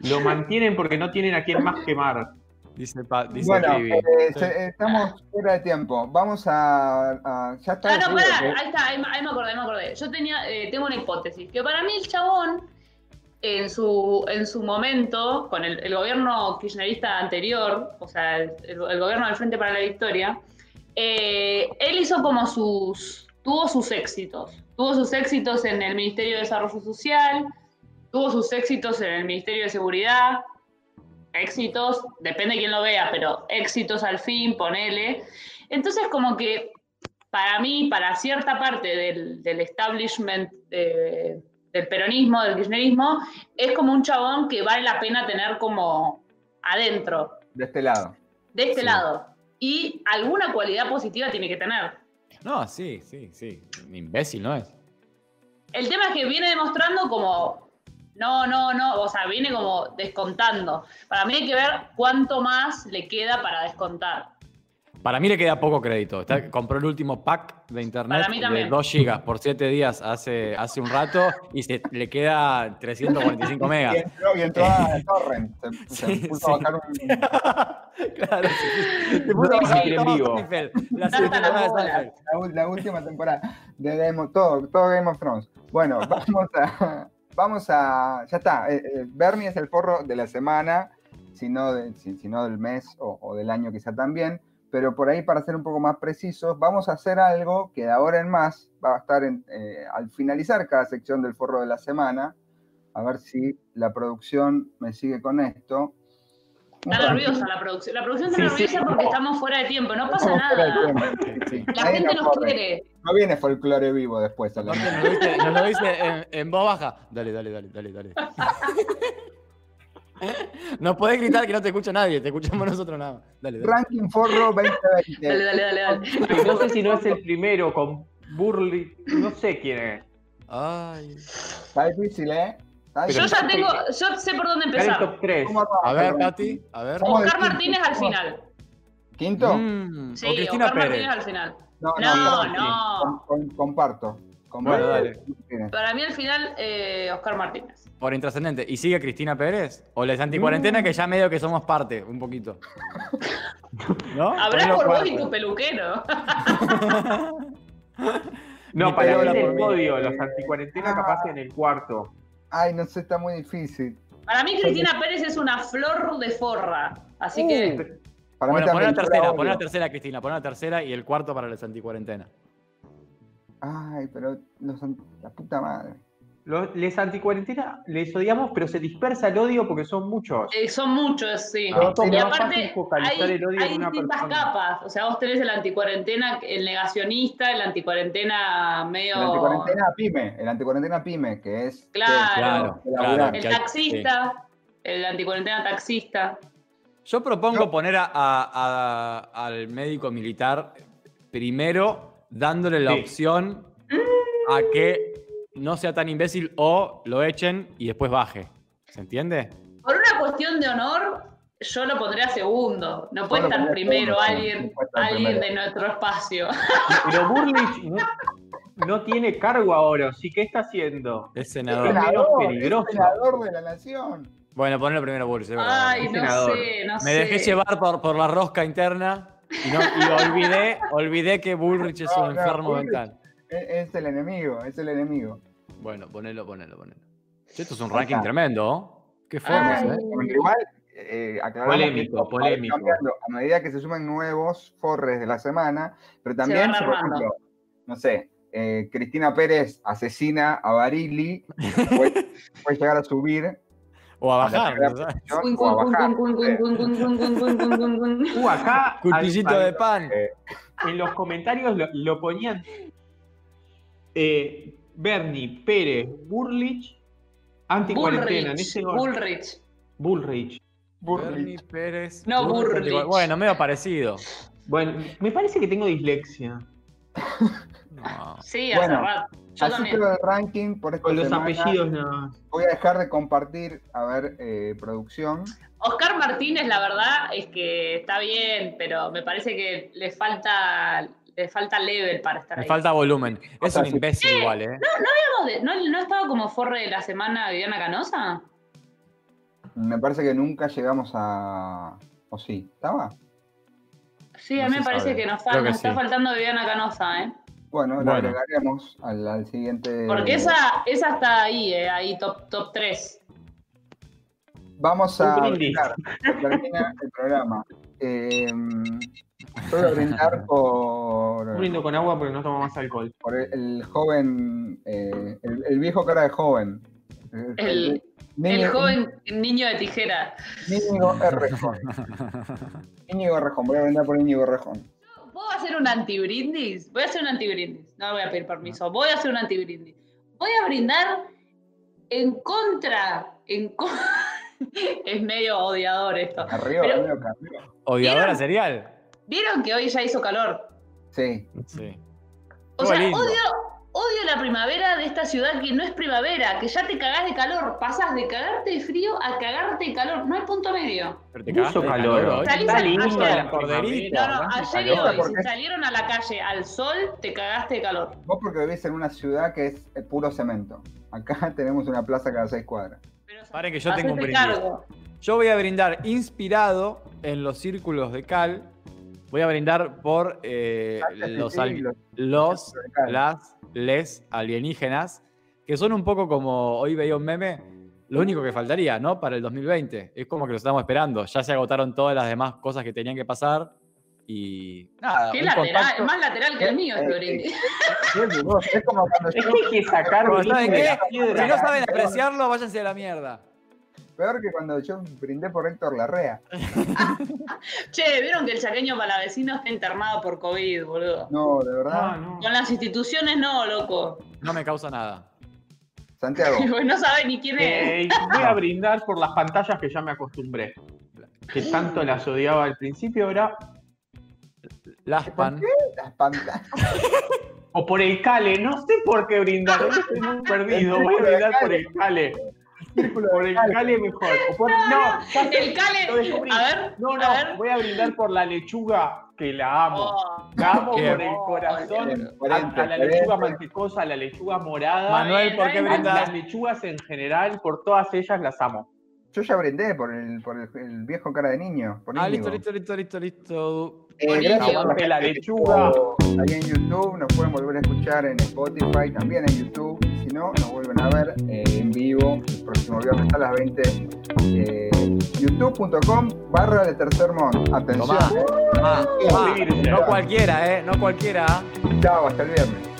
[SPEAKER 5] Lo mantienen porque no tienen a quién más quemar.
[SPEAKER 8] Dice, pa, dice
[SPEAKER 2] Bueno,
[SPEAKER 8] Trivi.
[SPEAKER 2] eh, se- eh, estamos fuera de tiempo. Vamos a. a- ya está.
[SPEAKER 3] Ah, no,
[SPEAKER 2] decidido que-
[SPEAKER 3] pará, ahí está, ahí, me- ahí me acordé, ahí me acordé. Yo tenía, eh, tengo una hipótesis, que para mí el chabón, en su, en su momento, con el, el gobierno kirchnerista anterior, o sea, el, el gobierno del Frente para la Victoria, eh, él hizo como sus, tuvo sus éxitos. Tuvo sus éxitos en el Ministerio de Desarrollo Social, tuvo sus éxitos en el Ministerio de Seguridad, éxitos, depende de quién lo vea, pero éxitos al fin, ponele. Entonces como que para mí, para cierta parte del, del establishment eh, del peronismo, del kirchnerismo, es como un chabón que vale la pena tener como adentro,
[SPEAKER 2] de este lado.
[SPEAKER 3] de este
[SPEAKER 8] Sí.
[SPEAKER 3] lado. Y alguna cualidad positiva tiene que tener.
[SPEAKER 8] No, sí, sí, sí. Un imbécil, ¿no es?
[SPEAKER 3] El tema es que viene demostrando como, no, no, no, o sea, viene como descontando. Para mí hay que ver cuánto más le queda para descontar.
[SPEAKER 8] Para mí le queda poco crédito. Está- compró el último pack de internet
[SPEAKER 3] Para mí
[SPEAKER 8] de
[SPEAKER 3] también.
[SPEAKER 8] 2 gigas por 7 días hace, hace un rato y se, le queda 345
[SPEAKER 2] Y
[SPEAKER 8] megas.
[SPEAKER 2] entró, y entró a Torrent. Se, se
[SPEAKER 8] Sí,
[SPEAKER 2] puso
[SPEAKER 8] sí.
[SPEAKER 2] a bajar un.
[SPEAKER 8] claro, sí. Te
[SPEAKER 5] No,
[SPEAKER 8] puso a
[SPEAKER 5] sí, en vivo.
[SPEAKER 8] Seinfeld, la
[SPEAKER 3] Hasta
[SPEAKER 8] serie
[SPEAKER 3] la
[SPEAKER 8] de
[SPEAKER 3] bola.
[SPEAKER 8] Seinfeld.
[SPEAKER 2] La, ul- la última temporada de Game of, todo, todo Game of Thrones. Bueno, vamos a. Vamos a. Ya está. eh, eh, Bernie es el forro de la semana, si no, de- si, si no del mes o, o del año, quizá también. Pero por ahí, para ser un poco más precisos, vamos a hacer algo que de ahora en más va a estar en, eh, al finalizar cada sección del forro de la semana. A ver si la producción me sigue con esto.
[SPEAKER 3] Está nerviosa la producción. La producción está
[SPEAKER 5] Sí, sí.
[SPEAKER 3] nerviosa porque estamos fuera de tiempo, no pasa
[SPEAKER 2] Estamos fuera de
[SPEAKER 3] nada. ¿eh?
[SPEAKER 2] tiempo, sí.
[SPEAKER 3] La
[SPEAKER 2] Nadie
[SPEAKER 3] gente
[SPEAKER 2] nos
[SPEAKER 3] nos
[SPEAKER 2] corre.
[SPEAKER 3] quiere.
[SPEAKER 2] No viene folclore vivo después. a la
[SPEAKER 8] Aparte, nos lo dice, nos lo dice en, en voz baja. Dale, dale, dale, dale, dale. No podés gritar que no te escucha nadie, te escuchamos nosotros nada. más. Dale, dale.
[SPEAKER 2] Ranking Forro 2020.
[SPEAKER 3] Dale, dale, dale, dale.
[SPEAKER 5] Que No sé si no es el primero con Burley. No sé quién es.
[SPEAKER 8] Ay.
[SPEAKER 2] Está difícil, ¿eh? Está
[SPEAKER 5] Pero
[SPEAKER 3] Yo
[SPEAKER 2] difícil.
[SPEAKER 3] ya tengo, yo sé por dónde
[SPEAKER 5] Está en el
[SPEAKER 3] empezar.
[SPEAKER 5] top 3.
[SPEAKER 2] ¿Cómo arranca,
[SPEAKER 8] A ver,
[SPEAKER 2] Bernie?
[SPEAKER 8] Katy, a ver.
[SPEAKER 2] ¿Cómo
[SPEAKER 3] Oscar
[SPEAKER 2] decís?
[SPEAKER 3] Martínez al final.
[SPEAKER 2] ¿Quinto?
[SPEAKER 8] Mm,
[SPEAKER 3] Sí,
[SPEAKER 8] o Cristina
[SPEAKER 3] Oscar
[SPEAKER 8] Pérez.
[SPEAKER 3] Martínez al final.
[SPEAKER 2] No,
[SPEAKER 3] No,
[SPEAKER 2] perdón.
[SPEAKER 3] no.
[SPEAKER 2] Com- com- comparto.
[SPEAKER 8] Bueno,
[SPEAKER 2] comparto.
[SPEAKER 8] dale.
[SPEAKER 3] Para mí al final, eh, Oscar Martínez.
[SPEAKER 8] Por intrascendente. ¿Y sigue Cristina Pérez? ¿O les anticuarentena
[SPEAKER 2] Mm.
[SPEAKER 8] que ya medio que somos parte, un poquito? ¿No?
[SPEAKER 3] Habrá
[SPEAKER 8] Ponelo
[SPEAKER 3] por vos y
[SPEAKER 8] cuarto.
[SPEAKER 3] tu peluquero.
[SPEAKER 8] Ni
[SPEAKER 5] No, para
[SPEAKER 8] pelea
[SPEAKER 5] mí en
[SPEAKER 8] por
[SPEAKER 5] el
[SPEAKER 8] mí.
[SPEAKER 5] podio. Los anticuarentena
[SPEAKER 2] Ah.
[SPEAKER 5] capaz en el cuarto.
[SPEAKER 2] Ay, no sé, está muy difícil.
[SPEAKER 3] Para mí Cristina Pérez es una flor de forra. Así que
[SPEAKER 2] Para
[SPEAKER 8] Bueno,
[SPEAKER 2] mí
[SPEAKER 8] poné la
[SPEAKER 2] también,
[SPEAKER 8] tercera,
[SPEAKER 2] pero
[SPEAKER 8] poné la
[SPEAKER 2] obvio.
[SPEAKER 8] tercera, Cristina, poné la tercera y el cuarto para los anticuarentena.
[SPEAKER 2] Ay, pero los an- la puta madre.
[SPEAKER 5] Los, les anticuarentena les odiamos, pero se dispersa el odio porque son muchos.
[SPEAKER 3] eh, son muchos, sí.
[SPEAKER 8] Ah,
[SPEAKER 5] Es como
[SPEAKER 3] Y
[SPEAKER 5] más
[SPEAKER 3] aparte,
[SPEAKER 5] fácil focalizar
[SPEAKER 3] hay,
[SPEAKER 5] el odio
[SPEAKER 3] hay
[SPEAKER 5] en una
[SPEAKER 3] distintas
[SPEAKER 5] persona.
[SPEAKER 3] capas. O sea, vos tenés el anticuarentena, el negacionista, el anticuarentena medio.
[SPEAKER 2] El anticuarentena pyme, el anticuarentena pyme, que es...
[SPEAKER 3] Claro.
[SPEAKER 8] Claro, claro.
[SPEAKER 3] El
[SPEAKER 8] que hay-
[SPEAKER 3] taxista, el anticuarentena taxista.
[SPEAKER 8] Yo propongo poner a- a- a- al médico militar primero dándole la
[SPEAKER 5] Sí.
[SPEAKER 8] opción a que no sea tan imbécil o lo echen y después baje. ¿Se entiende?
[SPEAKER 3] Por una cuestión de honor, yo lo pondría segundo. No puede
[SPEAKER 2] lo
[SPEAKER 3] estar
[SPEAKER 2] pondría
[SPEAKER 3] primero
[SPEAKER 2] segundo, sí,
[SPEAKER 3] alguien,
[SPEAKER 2] no puede estar
[SPEAKER 3] alguien de
[SPEAKER 2] primero.
[SPEAKER 3] nuestro espacio.
[SPEAKER 5] Pero Burlich no, no tiene cargo ahora, así que está haciendo.
[SPEAKER 8] Es
[SPEAKER 2] El
[SPEAKER 8] senador.
[SPEAKER 2] senador,
[SPEAKER 5] menos peligroso.
[SPEAKER 2] el senador de la nación.
[SPEAKER 8] Bueno, ponelo primero, Bull.
[SPEAKER 3] Ay,
[SPEAKER 5] es
[SPEAKER 3] no
[SPEAKER 5] senador.
[SPEAKER 3] sé, no sé.
[SPEAKER 8] Me dejé llevar por, por la rosca interna y, no- y olvidé, olvidé que Bullrich es
[SPEAKER 2] No,
[SPEAKER 8] un
[SPEAKER 2] no,
[SPEAKER 8] enfermo
[SPEAKER 2] Bullrich.
[SPEAKER 8] mental.
[SPEAKER 2] E-, Es, es el enemigo, es el enemigo.
[SPEAKER 8] Bueno, ponelo, ponelo, ponelo. Che, Esto es un
[SPEAKER 2] Ahí
[SPEAKER 8] ranking
[SPEAKER 2] está.
[SPEAKER 8] tremendo, ¿oh? Qué formas,
[SPEAKER 3] Ay.
[SPEAKER 8] ¿eh?
[SPEAKER 2] Igual, eh, aclaramos que
[SPEAKER 5] Polémico,
[SPEAKER 2] esto va a ir
[SPEAKER 5] polémico.
[SPEAKER 2] cambiando A medida que se suman nuevos forres de la semana, pero también,
[SPEAKER 3] van
[SPEAKER 2] por
[SPEAKER 3] armando.
[SPEAKER 2] ejemplo, no sé, eh, Cristina Pérez asesina a Barili, puede, puede llegar a subir
[SPEAKER 8] O a
[SPEAKER 2] a la
[SPEAKER 8] bajar.
[SPEAKER 2] primera
[SPEAKER 8] ¿no sabes?
[SPEAKER 2] posición
[SPEAKER 3] Cun,
[SPEAKER 2] o a
[SPEAKER 3] cun,
[SPEAKER 2] bajar.
[SPEAKER 3] cun, cun, cun, cun, cun, cun, cun, cun, cun, cun.
[SPEAKER 5] Uh, acá
[SPEAKER 8] Cuchillito
[SPEAKER 5] al-
[SPEAKER 8] de
[SPEAKER 5] al-
[SPEAKER 8] pan.
[SPEAKER 5] en los comentarios lo, lo ponían. Eh, Bernie, Pérez, Burlich,
[SPEAKER 8] Este
[SPEAKER 5] anticuarentena. En
[SPEAKER 3] Bullrich.
[SPEAKER 5] ese orden.
[SPEAKER 3] Bullrich.
[SPEAKER 5] Bullrich.
[SPEAKER 2] Burri.
[SPEAKER 8] Bernie Pérez.
[SPEAKER 3] No,
[SPEAKER 8] Bullrich.
[SPEAKER 3] Bullrich.
[SPEAKER 8] Bueno, medio parecido.
[SPEAKER 5] Bueno, me parece que tengo dislexia.
[SPEAKER 8] No.
[SPEAKER 3] Sí, hace
[SPEAKER 2] Bueno,
[SPEAKER 3] rato. Yo
[SPEAKER 2] Así
[SPEAKER 3] también.
[SPEAKER 2] quedó el ranking por esta
[SPEAKER 5] Con los
[SPEAKER 2] semana.
[SPEAKER 5] apellidos nada más.
[SPEAKER 2] Voy a dejar de compartir, a ver, eh, producción.
[SPEAKER 3] Oscar Martínez, la verdad, es que está bien, pero me parece que le falta, le falta level para estar
[SPEAKER 4] Me
[SPEAKER 3] ahí.
[SPEAKER 4] falta volumen. Es
[SPEAKER 2] sea,
[SPEAKER 4] un
[SPEAKER 2] sí.
[SPEAKER 4] imbécil igual, ¿eh?
[SPEAKER 3] ¿No, de- no- no estaba como forre de la semana Viviana Canosa?
[SPEAKER 2] Me parece que nunca llegamos a. ¿O sí? ¿Estaba?
[SPEAKER 3] Sí, a
[SPEAKER 4] No
[SPEAKER 3] mí
[SPEAKER 4] se
[SPEAKER 3] me parece
[SPEAKER 4] sabe.
[SPEAKER 3] que nos, fa-
[SPEAKER 4] Creo que
[SPEAKER 3] nos está
[SPEAKER 4] sí.
[SPEAKER 3] faltando Viviana Canosa, ¿eh?
[SPEAKER 2] Bueno,
[SPEAKER 4] Bueno.
[SPEAKER 2] la agregaremos al, al
[SPEAKER 4] Mm.
[SPEAKER 2] siguiente.
[SPEAKER 3] Porque esa, esa está ahí, ¿eh? Ahí top, top 3.
[SPEAKER 2] Vamos a
[SPEAKER 5] Un brindis.
[SPEAKER 2] brindar. Termina el programa. Eh, yo voy a brindar por,
[SPEAKER 5] Brindo con agua porque no tomo más alcohol.
[SPEAKER 2] por el, el joven, eh, el, el viejo cara de joven. El,
[SPEAKER 3] El, el
[SPEAKER 2] niño-
[SPEAKER 3] joven niño de tijera.
[SPEAKER 2] Íñigo Errejón. Íñigo Errejón, voy a brindar por Íñigo Errejón.
[SPEAKER 3] ¿Puedo hacer un antibrindis? Voy a hacer un antibrindis. No le voy a pedir permiso. Voy a hacer un antibrindis. Voy a brindar en contra. En co- es medio odiador esto.
[SPEAKER 2] Arriba,
[SPEAKER 3] Pero-
[SPEAKER 2] arriba, acá, arriba.
[SPEAKER 4] Odiadora
[SPEAKER 3] ¿Vieron?
[SPEAKER 4] serial.
[SPEAKER 3] ¿Vieron que hoy ya hizo calor?
[SPEAKER 2] Sí,
[SPEAKER 4] Sí.
[SPEAKER 3] O
[SPEAKER 4] Estuvo
[SPEAKER 3] sea,
[SPEAKER 4] lindo.
[SPEAKER 3] odio, odio la primavera de esta ciudad que no es primavera, que ya te cagás de calor. Pasás de cagarte de frío a cagarte de calor. No hay punto medio.
[SPEAKER 4] Pero
[SPEAKER 5] Mucho
[SPEAKER 4] de
[SPEAKER 5] calor.
[SPEAKER 4] hoy.
[SPEAKER 3] Salís
[SPEAKER 5] Está
[SPEAKER 3] al-
[SPEAKER 5] lindo
[SPEAKER 3] ayer.
[SPEAKER 5] la corderita.
[SPEAKER 3] No, no, ayer y
[SPEAKER 2] calor.
[SPEAKER 3] hoy,
[SPEAKER 2] Porque-
[SPEAKER 3] si salieron a la calle al sol, te cagaste de calor.
[SPEAKER 2] vos porque vivís en una ciudad que es eh, puro cemento. Acá tenemos una plaza cada seis cuadras.
[SPEAKER 3] Pero,
[SPEAKER 4] Paren que yo tengo un
[SPEAKER 3] hacete
[SPEAKER 4] brindis.
[SPEAKER 3] cargo.
[SPEAKER 4] Yo voy a brindar inspirado en los círculos de Cal. Voy a brindar por eh, los, al- los,
[SPEAKER 2] círculos de Cal.
[SPEAKER 4] las, les alienígenas, que son un poco como hoy veía un meme, lo único que faltaría, ¿no? Para el 2020. Es como que lo estamos esperando. Ya se agotaron todas las demás cosas que tenían que pasar y nada.
[SPEAKER 3] Qué
[SPEAKER 4] un
[SPEAKER 3] lateral,
[SPEAKER 4] contacto-
[SPEAKER 3] más lateral que el mío este
[SPEAKER 2] Eh,
[SPEAKER 3] brindis.
[SPEAKER 2] Sí, vos, es como cuando
[SPEAKER 5] Es
[SPEAKER 2] yo,
[SPEAKER 5] que hay que sacar
[SPEAKER 4] Pero,
[SPEAKER 5] brillo
[SPEAKER 4] ¿saben
[SPEAKER 5] de
[SPEAKER 4] qué?
[SPEAKER 5] la piedra.
[SPEAKER 4] Si no saben apreciarlo, váyanse a la mierda.
[SPEAKER 2] peor que cuando yo brindé por Héctor Larrea.
[SPEAKER 3] Che, vieron que el chaqueño palavecino está internado por COVID, boludo.
[SPEAKER 2] No, de
[SPEAKER 5] No,
[SPEAKER 2] verdad.
[SPEAKER 5] Ah, no.
[SPEAKER 3] Con las instituciones no, loco. Pues
[SPEAKER 4] No me causa nada.
[SPEAKER 2] Santiago,
[SPEAKER 3] no sabe ni quién es.
[SPEAKER 5] Eh, voy a brindar por las pantallas que ya me acostumbré. Que tanto las odiaba al principio, ahora.
[SPEAKER 4] Laspan.
[SPEAKER 2] las pantallas.
[SPEAKER 5] O por el Cale, no sé por qué brindar, ahora estoy muy perdido. Voy a brindar por el Cale.
[SPEAKER 2] Círculo
[SPEAKER 5] Por el Cale mejor. O por- no, ya sé,
[SPEAKER 3] El Cale.
[SPEAKER 5] lo descubrí.
[SPEAKER 3] A ver,
[SPEAKER 5] No,
[SPEAKER 3] a
[SPEAKER 5] no,
[SPEAKER 3] ver.
[SPEAKER 5] voy a brindar por la lechuga, que la amo.
[SPEAKER 3] Oh,
[SPEAKER 5] La amo
[SPEAKER 4] Qué
[SPEAKER 5] por el corazón.
[SPEAKER 2] bien,
[SPEAKER 5] A,
[SPEAKER 2] coherente,
[SPEAKER 5] a la lechuga
[SPEAKER 2] coherente.
[SPEAKER 5] mantecosa, a la lechuga morada.
[SPEAKER 4] Manuel, ¿por qué
[SPEAKER 5] a las
[SPEAKER 4] brindas?
[SPEAKER 5] lechugas en general, por todas ellas las amo.
[SPEAKER 2] Yo ya brindé por el, por el, el viejo cara de niño. Por
[SPEAKER 4] Ah,
[SPEAKER 2] Íñigo.
[SPEAKER 4] listo, listo, listo, listo, listo.
[SPEAKER 2] Eh,
[SPEAKER 3] Por
[SPEAKER 2] gracias
[SPEAKER 3] Íñigo.
[SPEAKER 2] por la
[SPEAKER 5] Que la
[SPEAKER 2] gente que
[SPEAKER 5] lechuga.
[SPEAKER 2] estuvo Ahí en YouTube, nos pueden volver a escuchar en Spotify, también en YouTube. Y Si no, nos vuelven a ver eh, en vivo el próximo viernes a las 20. eh, youtube.com barra de tercer mon. Atención.
[SPEAKER 4] Tomá, tomá, tomá.
[SPEAKER 5] Suscribirse.
[SPEAKER 4] No cualquiera, ¿eh? No cualquiera.
[SPEAKER 2] Chao, hasta el viernes.